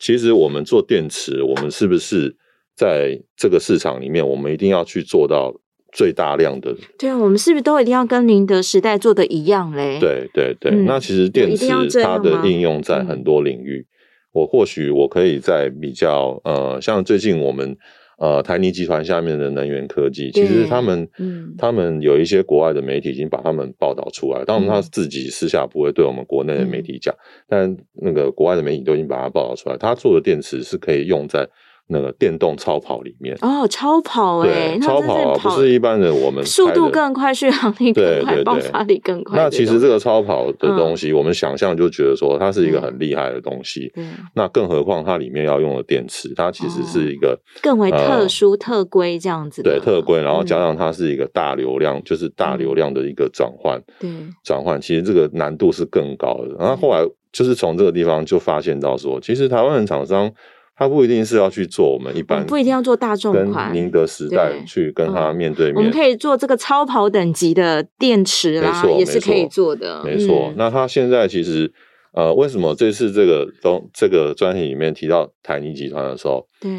Speaker 2: 其实我们做电池，我们是不是在这个市场里面，我们一定要去做到最大量的？
Speaker 1: 对啊，我们是不是都一定要跟宁德时代做的一样嘞？，
Speaker 2: 对对对。
Speaker 1: 嗯
Speaker 2: 那其实
Speaker 1: 我
Speaker 2: 电
Speaker 1: 一
Speaker 2: 池
Speaker 1: 定要这
Speaker 2: 它
Speaker 1: 样吗
Speaker 2: 的应用在
Speaker 1: 嗯
Speaker 2: 很多领域，我或许我可以在比较呃，像最近我们。呃，台泥集团下面的能源科技，其实
Speaker 1: 对
Speaker 2: 他们，
Speaker 1: 嗯
Speaker 2: 他们有一些国外的媒体已经把他们报道出来，当然他
Speaker 1: 嗯
Speaker 2: 自己私下不会对我们国内的媒体讲，但那个国外的媒体都已经把它报道出来。他做的电池是可以用在那个电动超跑里面，
Speaker 1: 哦，超跑哎、
Speaker 2: 对，
Speaker 1: 欸，
Speaker 2: 超跑啊，不是一般的我们
Speaker 1: 速
Speaker 2: 开
Speaker 1: 度
Speaker 2: 的
Speaker 1: 更快，续航力
Speaker 2: 对
Speaker 1: 更快，
Speaker 2: 对
Speaker 1: 爆
Speaker 2: 对
Speaker 1: 发力更快的
Speaker 2: 那
Speaker 1: 东西。嗯
Speaker 2: 其实这个超跑的东西，我们想象就觉得说它是一个很厉害的东西。
Speaker 1: 对
Speaker 2: 那更何况它里面要用的电池，它其实
Speaker 1: 哦
Speaker 2: 是一个、
Speaker 1: 更为特
Speaker 2: 呃
Speaker 1: 殊、特规这样子的
Speaker 2: 对
Speaker 1: 嘛，
Speaker 2: 特规，然后加
Speaker 1: 嗯
Speaker 2: 上它是一个大流量，就是大流量的一个转换。
Speaker 1: 对，
Speaker 2: 转换，其实这个难度是更高的。
Speaker 1: 嗯
Speaker 2: 然后后来就是从这个地方就发现到说，其实台湾的厂商他不一定是要去做我们一
Speaker 1: 我
Speaker 2: 般
Speaker 1: 们哦不一定要做大众
Speaker 2: 跟
Speaker 1: 款，
Speaker 2: 宁德时代
Speaker 1: 对
Speaker 2: 去跟他
Speaker 1: 嗯
Speaker 2: 面对
Speaker 1: 我们
Speaker 2: 面，
Speaker 1: 可以做这个超跑等级的电池啦，
Speaker 2: 没错
Speaker 1: 也是可以
Speaker 2: 没错
Speaker 1: 做的，
Speaker 2: 没错。
Speaker 1: 嗯
Speaker 2: 那他现在其实呃，为什么这次这个东这个专题里面提到台泥集团的时候，
Speaker 1: 对，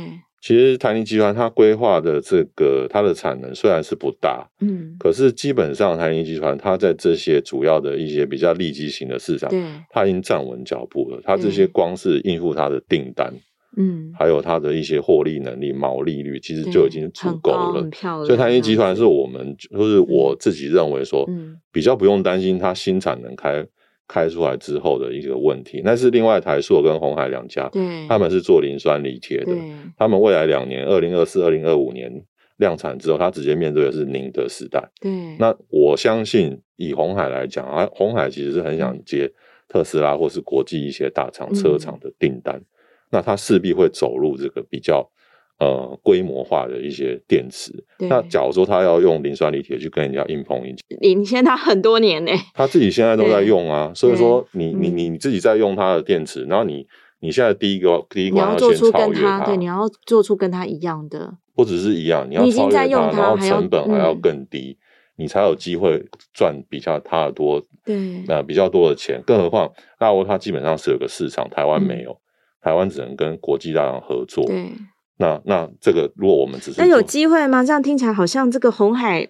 Speaker 2: 其实台泥集团它规划的这个它的产能虽然是不大，
Speaker 1: 嗯，
Speaker 2: 可是基本上台泥集团它在这些主要的一些比较利基型的市场，
Speaker 1: 对，
Speaker 2: 他已经站稳脚步了。他这些
Speaker 1: 嗯
Speaker 2: 光是应付他的订单，
Speaker 1: 嗯，
Speaker 2: 还有他的一些获利能力、毛利率，其实就已经足够
Speaker 1: 很高
Speaker 2: 了
Speaker 1: 很。漂亮。
Speaker 2: 所以
Speaker 1: 这
Speaker 2: 台积
Speaker 1: 样
Speaker 2: 集团
Speaker 1: 子
Speaker 2: 是我们，就是我自己认为说，
Speaker 1: 嗯
Speaker 2: 比较不用担心它新产能开开出来之后的一个问题。那是另外台塑跟红海两家，
Speaker 1: 对，
Speaker 2: 他们是做磷酸锂铁的，
Speaker 1: 对
Speaker 2: 他们未来两年，二零二四、二零二五年量产之后，他直接面对的是宁德时代。
Speaker 1: 对，
Speaker 2: 那我相信，以红海来讲啊，红海其实是很想接特斯拉或是国际一些大厂、
Speaker 1: 嗯
Speaker 2: 车厂的订单，那它势必会走入这个比较呃规模化的一些电池。
Speaker 1: 对
Speaker 2: 那假如说它要用磷酸锂铁去跟人家硬碰硬，
Speaker 1: 领先他很多年呢、
Speaker 2: 它自己现在都在用啊，所以说你你
Speaker 1: 嗯
Speaker 2: 你你自己在用它的电池，然后你你现在第一个第一
Speaker 1: 你
Speaker 2: 关
Speaker 1: 要做
Speaker 2: 先
Speaker 1: 出
Speaker 2: 超
Speaker 1: 跟
Speaker 2: 越
Speaker 1: 他对，你要做出跟他一样的，
Speaker 2: 不只是一样，你要
Speaker 1: 你已经
Speaker 2: 超越
Speaker 1: 在用它
Speaker 2: 然后
Speaker 1: 还要
Speaker 2: 成本还要
Speaker 1: 嗯
Speaker 2: 更低，你才有机会赚比较它的多
Speaker 1: 对，
Speaker 2: 呃比较多的钱，更何况大欧它基本上是有个市场，台湾没有，台湾只能跟国际大厂合作。
Speaker 1: 嗯对。
Speaker 2: 那那这个如果我们只是
Speaker 1: 那有
Speaker 2: 做
Speaker 1: 机会吗？这样听起来好像这个红海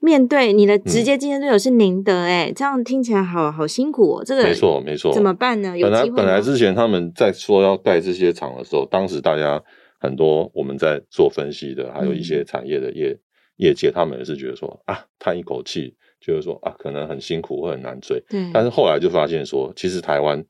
Speaker 1: 面对你的
Speaker 2: 嗯
Speaker 1: 直接竞争对手是宁德、哎、这样听起来好好辛苦哦。这个
Speaker 2: 没错没错，
Speaker 1: 怎么办呢？有
Speaker 2: 本来
Speaker 1: 机会
Speaker 2: 本来
Speaker 1: 吗
Speaker 2: 之前他们在说要盖这些厂的时候，当时大家很多我们在做分析的，还有一
Speaker 1: 嗯
Speaker 2: 些产业的业、业界，他们也是觉得说啊叹一口气，觉得说啊可能很辛苦会很难追。
Speaker 1: 对，
Speaker 2: 但是后来就发现说，其实台湾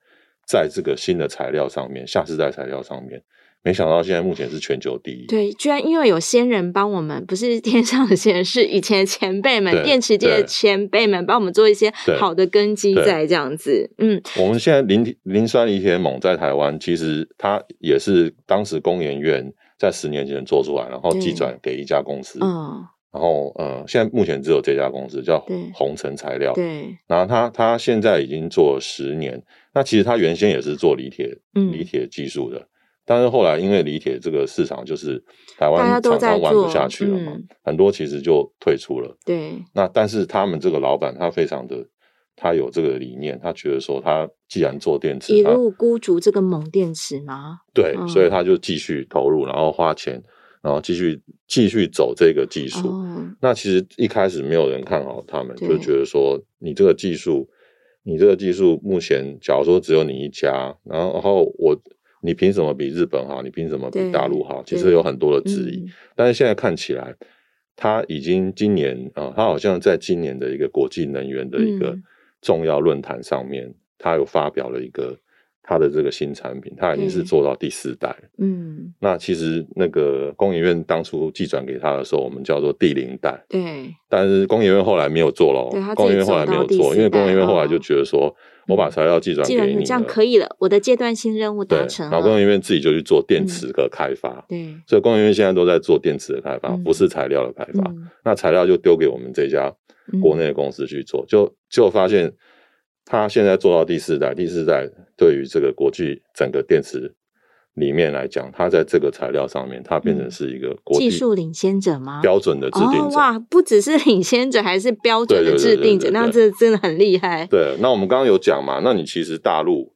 Speaker 2: 在这个新的材料上面，下世代材料上面，没想到现在目前是全球第一。
Speaker 1: 对，居然因为有先人帮我们，不是天上的先人，是以前的前辈们、
Speaker 2: 对
Speaker 1: 电池界的
Speaker 2: 对
Speaker 1: 前辈们帮我们做一些
Speaker 2: 对
Speaker 1: 好的根基
Speaker 2: 对
Speaker 1: 在这样子。嗯，
Speaker 2: 我们现在磷磷酸锂铁锰在台湾，其实它也是当时工研院在十年前做出来，然后
Speaker 1: 对
Speaker 2: 寄转给一家公司，
Speaker 1: 嗯，
Speaker 2: 然后呃，现在目前只有这家公司叫
Speaker 1: 对
Speaker 2: 红城材料，
Speaker 1: 嗯对，
Speaker 2: 然后它它现在已经做了十年，那其实它原先也是做锂铁
Speaker 1: 嗯
Speaker 2: 锂铁技术的。但是后来，因为锂铁这个市场就是
Speaker 1: 大
Speaker 2: 台
Speaker 1: 家
Speaker 2: 湾
Speaker 1: 都
Speaker 2: 厂
Speaker 1: 在
Speaker 2: 商玩
Speaker 1: 做
Speaker 2: 不下去了嘛，
Speaker 1: 嗯
Speaker 2: 很多其实就退出了。
Speaker 1: 对，
Speaker 2: 那但是他们这个老板他非常的，他有这个理念，他觉得说他既然做电池，
Speaker 1: 一
Speaker 2: 他
Speaker 1: 路孤逐这个锰电池吗？
Speaker 2: 对，
Speaker 1: 嗯
Speaker 2: 所以他就继续投入，然后花钱，然后继续继续走这个技术。
Speaker 1: 哦，
Speaker 2: 那其实一开始没有人看好他们，
Speaker 1: 对
Speaker 2: 就觉得说你这个技术，你这个技术目前假如说只有你一家，然后然后我你凭什么比日本好？你凭什么比
Speaker 1: 对
Speaker 2: 大陆好？其实
Speaker 1: 对
Speaker 2: 有很多的质疑。
Speaker 1: 嗯
Speaker 2: 但是现在看起来，它已经今年啊、呃它好像在今年的一个国际能源的一个
Speaker 1: 嗯
Speaker 2: 重要论坛上面，它有发表了一个它的这个新产品，它已经是
Speaker 1: 嗯
Speaker 2: 做到第四代了。
Speaker 1: 嗯，
Speaker 2: 那其实那个工研院当初寄转给他的时候，我们叫做第零代，
Speaker 1: 对，
Speaker 2: 但是工研院后来没有做了
Speaker 1: 对他自己
Speaker 2: 哦，工研院后来没有
Speaker 1: 走到第四
Speaker 2: 做，因为工研
Speaker 1: 代嗯
Speaker 2: 院
Speaker 1: 哦
Speaker 2: 后来就觉得说，我把材料寄转
Speaker 1: 既然
Speaker 2: 给
Speaker 1: 你
Speaker 2: 你
Speaker 1: 这样
Speaker 2: 了，
Speaker 1: 可以了，我的阶段性任务
Speaker 2: 对
Speaker 1: 达，成
Speaker 2: 然后工
Speaker 1: 了，嗯
Speaker 2: 研院自己就去做电池的开发，
Speaker 1: 对，
Speaker 2: 所以工研院现在都在做电池的开发，
Speaker 1: 嗯
Speaker 2: 不是材料的开发。
Speaker 1: 嗯
Speaker 2: 那材料就丢给我们这家国内的公司去做，就就发现他现在做到第四代，第四代对于这个国际整个电池里面来讲，它在这个材料上面，它变成是一个国际
Speaker 1: 嗯技术领先者吗
Speaker 2: 标准的制定
Speaker 1: 哦，
Speaker 2: 者。
Speaker 1: 哇，不只是领先者，还是标准
Speaker 2: 对
Speaker 1: 的
Speaker 2: 对
Speaker 1: 制
Speaker 2: 对对
Speaker 1: 定者，
Speaker 2: 对
Speaker 1: 那
Speaker 2: 对
Speaker 1: 这真的很厉害。
Speaker 2: 对，那我们刚刚有讲嘛，那你其实大陆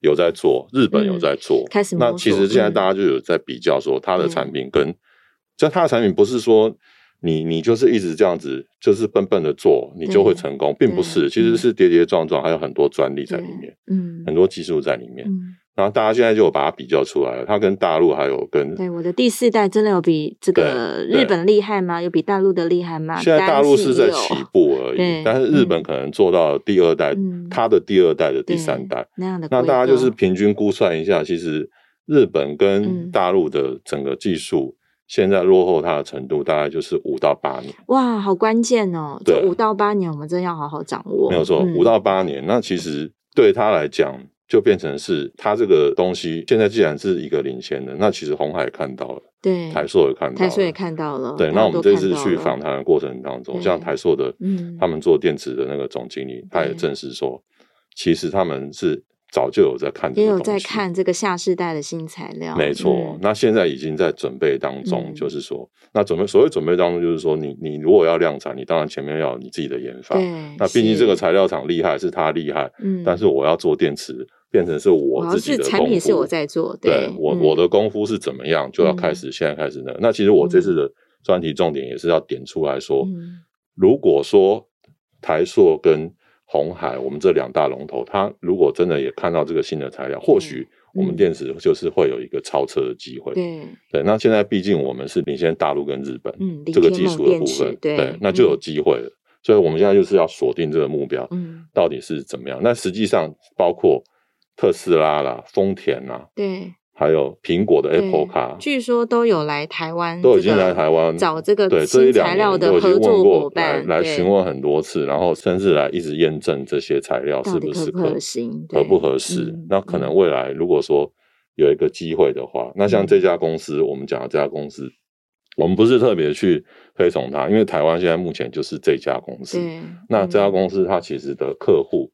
Speaker 2: 有在做，日本有在做，
Speaker 1: 嗯开始摸索嗯
Speaker 2: 那其实现在大家就有在比较说它的产品跟，就它的产品不是说你你就是一直这样子，就是笨笨的做，你就会成
Speaker 1: 嗯
Speaker 2: 功，并不是，其实是跌跌撞撞，还有很多专利在里面，
Speaker 1: 嗯
Speaker 2: 很多技术在里面。
Speaker 1: 嗯，
Speaker 2: 然后大家现在就有把它比较出来了，它跟大陆还有跟
Speaker 1: 对，我的第四代真的有比这个
Speaker 2: 嗯对对
Speaker 1: 日本厉害吗？有比大陆的厉害吗？
Speaker 2: 现在大陆是在
Speaker 1: 当然
Speaker 2: 起
Speaker 1: 有
Speaker 2: 步而
Speaker 1: 对
Speaker 2: 已，但是日本
Speaker 1: 嗯
Speaker 2: 可能做到第二代
Speaker 1: 嗯，
Speaker 2: 它的第二代的第
Speaker 1: 对
Speaker 2: 三代。
Speaker 1: 那样的规
Speaker 2: 那
Speaker 1: 格，
Speaker 2: 大家就是平均估算一下，其实日本
Speaker 1: 嗯
Speaker 2: 跟大陆的整个技术现在落后它的程度，大概就是五到八年，
Speaker 1: 哇，好关键哦！这
Speaker 2: 对
Speaker 1: 五到八年，我们真要好好掌握。
Speaker 2: 没有错，
Speaker 1: 嗯
Speaker 2: 五到八年。那其实对他来讲，就变成是他这个东西现在既然是一个领先的，那其实红海也看到了，
Speaker 1: 对，
Speaker 2: 台塑也看到
Speaker 1: 嗯台
Speaker 2: 了，
Speaker 1: 塑也看到了。嗯
Speaker 2: 对。
Speaker 1: 大家
Speaker 2: 那我们
Speaker 1: 都
Speaker 2: 这
Speaker 1: 看
Speaker 2: 次
Speaker 1: 到
Speaker 2: 去
Speaker 1: 了
Speaker 2: 访谈的过程当中，
Speaker 1: 对
Speaker 2: 像台塑的，
Speaker 1: 嗯
Speaker 2: 他们做电池的那个总经理，他也
Speaker 1: 对
Speaker 2: 证实说，其实他们是早就有在看这
Speaker 1: 也
Speaker 2: 个
Speaker 1: 有
Speaker 2: 东西，
Speaker 1: 在看这个下世代的新材料。
Speaker 2: 没错，
Speaker 1: 嗯
Speaker 2: 那现在已经在准备当中，
Speaker 1: 嗯
Speaker 2: 就是说，那准备所谓准备当中，就是说你，你如果要量产，你当然前面要有你自己的研发。
Speaker 1: 对，
Speaker 2: 那毕竟
Speaker 1: 是
Speaker 2: 这个，材料厂厉害是它厉害，
Speaker 1: 嗯
Speaker 2: 但是我要做电池，变成是
Speaker 1: 我
Speaker 2: 我
Speaker 1: 要
Speaker 2: 自己
Speaker 1: 是
Speaker 2: 的
Speaker 1: 产
Speaker 2: 功
Speaker 1: 品是
Speaker 2: 夫。
Speaker 1: 我在做，
Speaker 2: 对我、
Speaker 1: 嗯
Speaker 2: 我的功夫是怎么样，就要开始、现在开始那个。那其实我这次的专题重点也是要点出来说，
Speaker 1: 嗯
Speaker 2: 如果说台塑跟红海我们这两大龙头，它如果真的也看到这个新的材料，或许我们
Speaker 1: 嗯
Speaker 2: 电池就是会有一个超车的机会。
Speaker 1: 对，
Speaker 2: 对，那现在毕竟我们是领先大陆跟日本，
Speaker 1: 嗯
Speaker 2: 这个
Speaker 1: 领先
Speaker 2: 技术
Speaker 1: 冷
Speaker 2: 的
Speaker 1: 电
Speaker 2: 部
Speaker 1: 池
Speaker 2: 分，
Speaker 1: 对
Speaker 2: 那就有
Speaker 1: 嗯
Speaker 2: 机会了。所以我们现在就是要锁定这个目标，
Speaker 1: 嗯
Speaker 2: 到底是怎么样？那实际上包括特斯拉啦、丰田啦，
Speaker 1: 对
Speaker 2: 还有苹果的
Speaker 1: 对
Speaker 2: Apple Car，
Speaker 1: 据说都有来台湾，
Speaker 2: 啊都已经来台湾
Speaker 1: 嗯找这个
Speaker 2: 对这
Speaker 1: 新
Speaker 2: 一两
Speaker 1: 材料
Speaker 2: 年
Speaker 1: 的
Speaker 2: 都已经
Speaker 1: 合作
Speaker 2: 问
Speaker 1: 伙
Speaker 2: 过来
Speaker 1: 伴
Speaker 2: 来
Speaker 1: 对
Speaker 2: 询问很多次，然后甚至来一直验证这些材料
Speaker 1: 到
Speaker 2: 是
Speaker 1: 底
Speaker 2: 不
Speaker 1: 可
Speaker 2: 是
Speaker 1: 不可行对
Speaker 2: 合不合适
Speaker 1: 嗯。
Speaker 2: 那可
Speaker 1: 嗯
Speaker 2: 能未来如果说有一个机会的话，那像
Speaker 1: 嗯
Speaker 2: 这家公司，我们讲的这家公司，我们不是特别去推崇它，因为台湾现在目前就是这家公司。
Speaker 1: 对，
Speaker 2: 那这家
Speaker 1: 嗯
Speaker 2: 公司它其实的客户，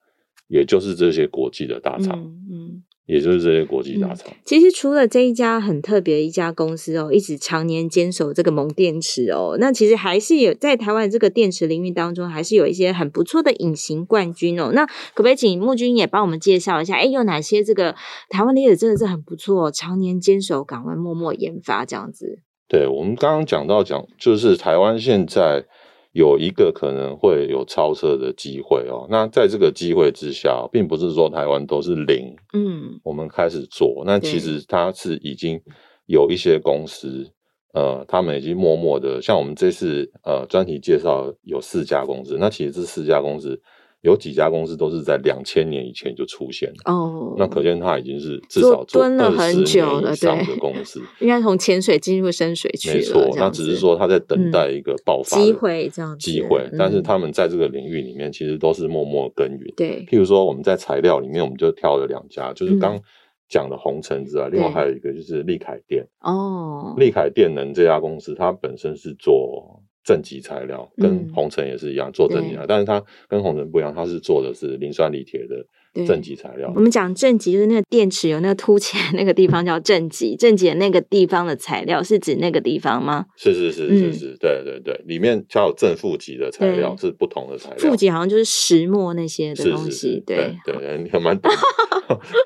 Speaker 2: 也就是这些国际的大厂，
Speaker 1: 嗯嗯。
Speaker 2: 也就是这些国际大厂。
Speaker 1: 其实除了这一家很特别的一家公司哦，一直常年坚守这个锰电池哦，那其实还是有在台湾这个电池领域当中，还是有一些很不错的隐形冠军哦。那可不可以请木君也帮我们介绍一下？哎，有哪些这个台湾的业者真的是很不错、哦，常年坚守岗位，默默研发这样子？
Speaker 2: 对我们刚刚讲到讲，就是台湾现在有一个可能会有超车的机会哦。那在这个机会之下，并不是说台湾都是零，
Speaker 1: 嗯
Speaker 2: 我们开始做。那
Speaker 1: 对
Speaker 2: 其实它是已经有一些公司，呃，他们已经默默的，像我们这次呃专题介绍有四家公司，那其实这四家公司有几家公司都是在两千年以前就出现了。
Speaker 1: 哦，
Speaker 2: 那可见它已经是至
Speaker 1: 做
Speaker 2: 少做
Speaker 1: 蹲了很
Speaker 2: 20
Speaker 1: 久
Speaker 2: 年
Speaker 1: 了
Speaker 2: 以上
Speaker 1: 对
Speaker 2: 的公司，
Speaker 1: 应该从潜水进入深水去了，
Speaker 2: 没错，
Speaker 1: 这
Speaker 2: 那
Speaker 1: 样
Speaker 2: 只是
Speaker 1: 子嗯
Speaker 2: 说他在等待一个爆发的
Speaker 1: 机会这样子
Speaker 2: 机会，但是
Speaker 1: 嗯
Speaker 2: 他们在这个领域里面其实都是默默耕耘。
Speaker 1: 对
Speaker 2: 譬如说我们在材料里面，我们就挑了两家，就是
Speaker 1: 嗯
Speaker 2: 刚讲的红城之外，另外
Speaker 1: 对
Speaker 2: 还有一个就是利凯电。
Speaker 1: 哦，
Speaker 2: 利凯电能这家公司，它本身是做正极材料，跟
Speaker 1: 嗯
Speaker 2: 红城也是一样做正极材料，但是它跟红城不一样，它是做的是磷酸锂铁的
Speaker 1: 对嗯
Speaker 2: 正极材料
Speaker 1: 我。们讲正极就是那个电池有那个凸起来那个地方叫正极，正极的那个地方的材料是指那个地方吗？
Speaker 2: 是是是
Speaker 1: 嗯
Speaker 2: 是是，对对对，里面它有正负极的材料
Speaker 1: 对
Speaker 2: 是不同的材料。
Speaker 1: 负极好像就是石墨那些的
Speaker 2: 是
Speaker 1: 东
Speaker 2: 是
Speaker 1: 西
Speaker 2: 是，，哎
Speaker 1: 对，
Speaker 2: 对对，你还蛮懂的。 [laughs]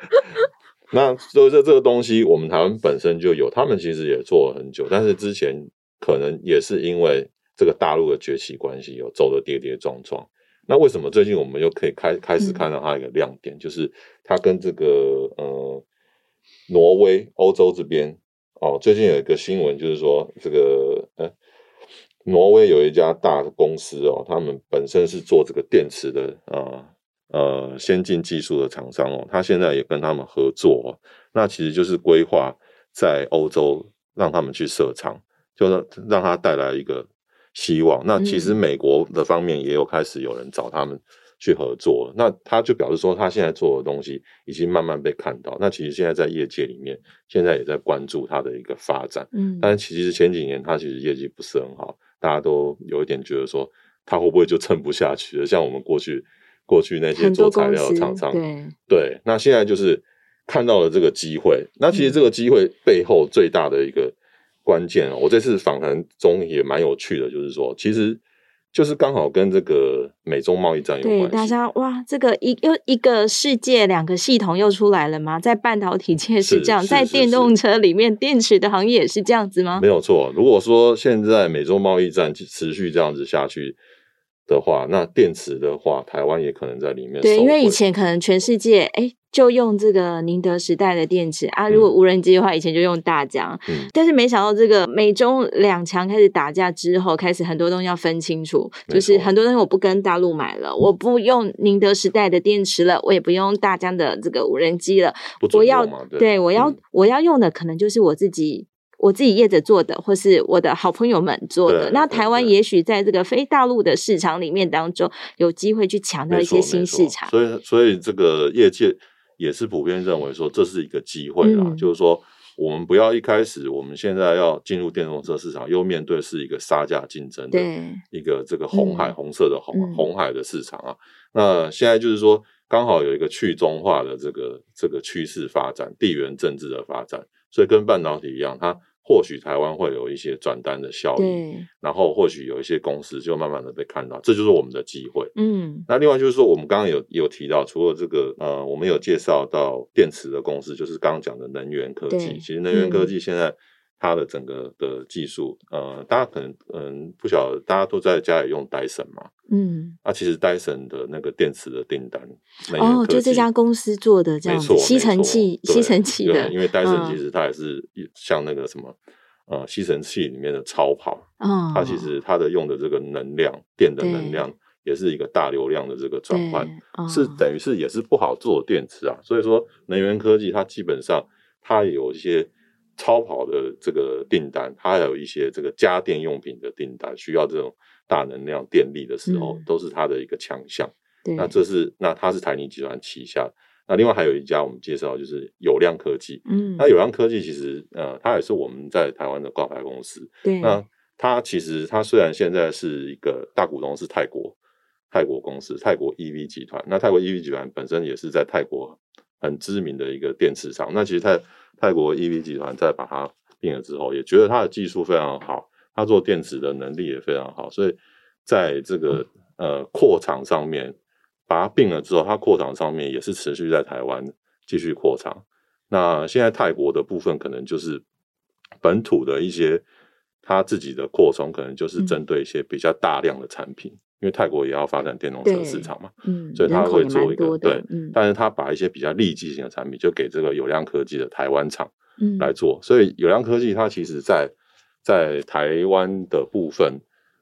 Speaker 2: 那所以这这个东西，我们台湾本身就有，他们其实也做了很久，但是之前可能也是因为这个大陆的崛起关系，有走的跌跌撞撞。那为什么最近我们又可以开开始看到它一个亮点，就是它跟这个呃挪威欧洲这边哦，最近有一个新闻，就是说这个呃，挪威有一家大公司哦，他们本身是做这个电池的呃呃先进技术的厂商哦，他现在也跟他们合作、哦，那其实就是规划在欧洲让他们去设厂，就让让他带来一个希望。那其
Speaker 1: 嗯
Speaker 2: 实美国的方面也有开始有人找他们去合作了，那他就表示说他现在做的东西已经慢慢被看到。那其实现在在业界里面，现在也在关注它的一个发展。
Speaker 1: 嗯，
Speaker 2: 但是其实前几年它其实业绩不是很好，大家都有一点觉得说它会不会就撑不下去了？像我们过去过去那些
Speaker 1: 很
Speaker 2: 做
Speaker 1: 多
Speaker 2: 材
Speaker 1: 公
Speaker 2: 料的
Speaker 1: 司
Speaker 2: 厂商，
Speaker 1: 对，
Speaker 2: 对，那现在就是看到了这个机会。那
Speaker 1: 嗯
Speaker 2: 其实这个机会背后最大的一个关键哦，我这次访谈中也蛮有趣的，就是说，其实就是刚好跟这个美中贸易战有关
Speaker 1: 对，
Speaker 2: 系。
Speaker 1: 大家哇，这个一又一个世界两个系统又出来了吗？在半导体界是
Speaker 2: 是
Speaker 1: 这样，
Speaker 2: 是
Speaker 1: 在
Speaker 2: 是
Speaker 1: 电
Speaker 2: 是
Speaker 1: 动车里面，电池的行业也是这样子吗
Speaker 2: 没？有错。如果说现在美洲贸易战持续这样子下去的话，那电池的话，台湾也可能在里面
Speaker 1: 对，
Speaker 2: 受
Speaker 1: 因为以
Speaker 2: 惠
Speaker 1: 前可能全世界哎。就用这个宁德时代的电池啊，如果
Speaker 2: 嗯
Speaker 1: 无人机的话，以前就用大疆，
Speaker 2: 嗯
Speaker 1: 但是没想到这个美中两强开始打架之后，开始很多东西要分清楚，
Speaker 2: 没
Speaker 1: 就是
Speaker 2: 错
Speaker 1: 很多东西我不跟大陆买了，我不用宁德时代的电池了，我也不用大疆的这个无人机了，
Speaker 2: 不
Speaker 1: 我
Speaker 2: 准
Speaker 1: 要
Speaker 2: 用嘛，对
Speaker 1: 对我要、
Speaker 2: 嗯
Speaker 1: 我要用的可能就是我自己我自己业者做的，或是我的好朋友们做的。
Speaker 2: 对
Speaker 1: 那
Speaker 2: 对
Speaker 1: 台湾
Speaker 2: 对
Speaker 1: 也许在这个非大陆的市场里面当中，有机会去抢到
Speaker 2: 没
Speaker 1: 一
Speaker 2: 错
Speaker 1: 些新
Speaker 2: 没错
Speaker 1: 市场。
Speaker 2: 所以，所以这个业界也是普遍认为说这是一个机会啦，
Speaker 1: 嗯
Speaker 2: 就是说我们不要一开始我们现在要进入电动车市场，又面对是一个杀价竞争的
Speaker 1: 对，
Speaker 2: 一个这个红海、
Speaker 1: 嗯
Speaker 2: 红色的红
Speaker 1: 嗯
Speaker 2: 红海的市场啊。那现在就是说，刚好有一个去中化的这个这个趋势发展，地缘政治的发展，所以跟半导体一样，它或许台湾会有一些转单的效益，
Speaker 1: 对，
Speaker 2: 然后或许有一些公司就慢慢的被看到，这就是我们的机会。
Speaker 1: 嗯，
Speaker 2: 那另外就是说，我们刚刚有有提到，除了这个呃，我们有介绍到电池的公司，就是刚刚讲的能源科技。
Speaker 1: 对
Speaker 2: 其实能源
Speaker 1: 嗯
Speaker 2: 科技现在它的整个的技术，呃，大家可能嗯不晓得，大家都在家里用 Dyson 嘛。
Speaker 1: 嗯，
Speaker 2: 啊，其实 Dyson 的那个电池的订单，能源
Speaker 1: 哦，
Speaker 2: 科
Speaker 1: 就这
Speaker 2: 技
Speaker 1: 家公司做的这
Speaker 2: 没
Speaker 1: 样
Speaker 2: 错，
Speaker 1: 子，吸
Speaker 2: 没
Speaker 1: 尘
Speaker 2: 错
Speaker 1: 器，
Speaker 2: 对
Speaker 1: 吸尘器
Speaker 2: 对
Speaker 1: 的，
Speaker 2: 因为戴森
Speaker 1: 嗯
Speaker 2: 其实它也是一像那个什么呃吸尘器里面的超跑，
Speaker 1: 嗯，
Speaker 2: 它其实它的用的这个能量，电的
Speaker 1: 对
Speaker 2: 能量也是一个大流量的这个转
Speaker 1: 对
Speaker 2: 换。
Speaker 1: 嗯
Speaker 2: 是等于是也是不好做的电池啊。所以说，能源科技它基本上它有一些超跑的这个订单，它还有一些这个家电用品的订单，需要这种大能量电力的时候，
Speaker 1: 嗯
Speaker 2: 都是它的一个强项。
Speaker 1: 对
Speaker 2: 那这是那它是台泥集团旗下。那另外还有一家我们介绍的就是友亮科技，
Speaker 1: 嗯，
Speaker 2: 那友亮科技其实呃它也是我们在台湾的挂牌公司，
Speaker 1: 对，
Speaker 2: 那它其实它虽然现在是一个大股东是泰国泰国公司泰国 EV 集团，那泰国 EV 集团本身也是在泰国很知名的一个电池厂。那其实泰泰国 EV 集团在把它并了之后，也觉得它的技术非常好，它做电池的能力也非常好，所以在这个呃扩厂上面把它并了之后，它扩厂上面也是持续在台湾继续扩厂。那现在泰国的部分可能就是本土的一些它自己的扩充，可能就是针对一些比较大量的产品，因为泰国也要发展电动车
Speaker 1: 对
Speaker 2: 市场嘛，
Speaker 1: 嗯，
Speaker 2: 所以
Speaker 1: 人
Speaker 2: 它
Speaker 1: 口
Speaker 2: 会
Speaker 1: 也
Speaker 2: 做
Speaker 1: 蛮
Speaker 2: 一个
Speaker 1: 多
Speaker 2: 对
Speaker 1: 的，嗯，
Speaker 2: 但是它把一些比较利基型的产品就给这个友亮科技的台湾厂
Speaker 1: 嗯
Speaker 2: 来做，所以友亮科技它其实在在台湾的部分。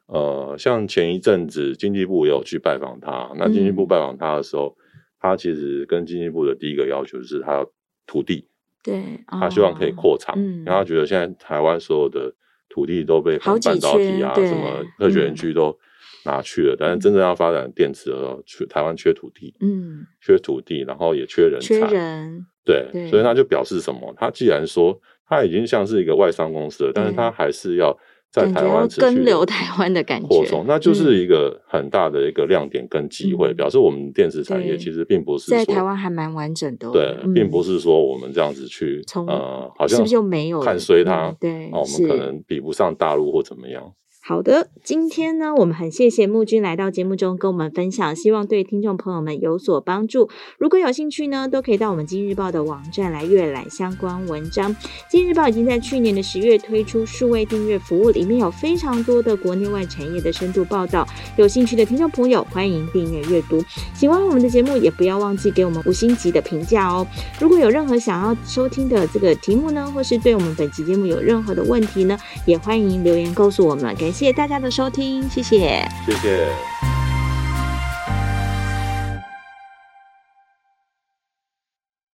Speaker 2: 呃，像前一阵子经济部也有去拜访他，那经济部
Speaker 1: 嗯
Speaker 2: 拜访他的时候，他其实跟经济部的第一个要求是他要土地，
Speaker 1: 对，
Speaker 2: 他希望可以
Speaker 1: 哦
Speaker 2: 扩厂，
Speaker 1: 嗯
Speaker 2: 然后他觉得现在台湾所有的土地都被可
Speaker 1: 好
Speaker 2: 能
Speaker 1: 几
Speaker 2: 半导体啊、
Speaker 1: 圈对嗯
Speaker 2: 什么科学园区都拿去了，但是真正要发展电池的时候，缺台湾缺土地，
Speaker 1: 嗯，
Speaker 2: 缺土地，然后也缺人才，
Speaker 1: 缺人，
Speaker 2: 对，
Speaker 1: 对
Speaker 2: 所以他就表示什么？他既然说他已经像是一个外商公司了，但是他还是要在
Speaker 1: 感觉
Speaker 2: 台湾
Speaker 1: 要
Speaker 2: 持续地
Speaker 1: 跟留 [laughs] 台湾的感觉
Speaker 2: 扩充，那就是
Speaker 1: 嗯
Speaker 2: 一个很大的一个亮点跟机会，
Speaker 1: 嗯
Speaker 2: 表示我们电池产业
Speaker 1: 对
Speaker 2: 其实并不是
Speaker 1: 在
Speaker 2: 说
Speaker 1: 台湾还蛮完整的哦，
Speaker 2: 对，并不
Speaker 1: 是
Speaker 2: 是说我们这样子去
Speaker 1: 从
Speaker 2: 呃，好
Speaker 1: 是
Speaker 2: 像
Speaker 1: 不是就没有
Speaker 2: 看
Speaker 1: 了
Speaker 2: 衰它
Speaker 1: 嗯，对，
Speaker 2: 哦，我
Speaker 1: 是
Speaker 2: 们可能比不上大陆或怎么样。
Speaker 1: 好的，今天呢，我们很谢谢木君来到节目中跟我们分享，希望对听众朋友们有所帮助。如果有兴趣呢，都可以到我们今日报的网站来阅览相关文章。今日报已经在去年的十月推出数位订阅服务，里面有非常多的国内外产业的深度报道。有兴趣的听众朋友，欢迎订阅阅读。喜欢我们的节目，也不要忘记给我们五星级的评价哦。如果有任何想要收听的这个题目呢，或是对我们本期节目有任何的问题呢，也欢迎留言告诉我们。感谢大家的收听，谢谢。
Speaker 2: 谢谢。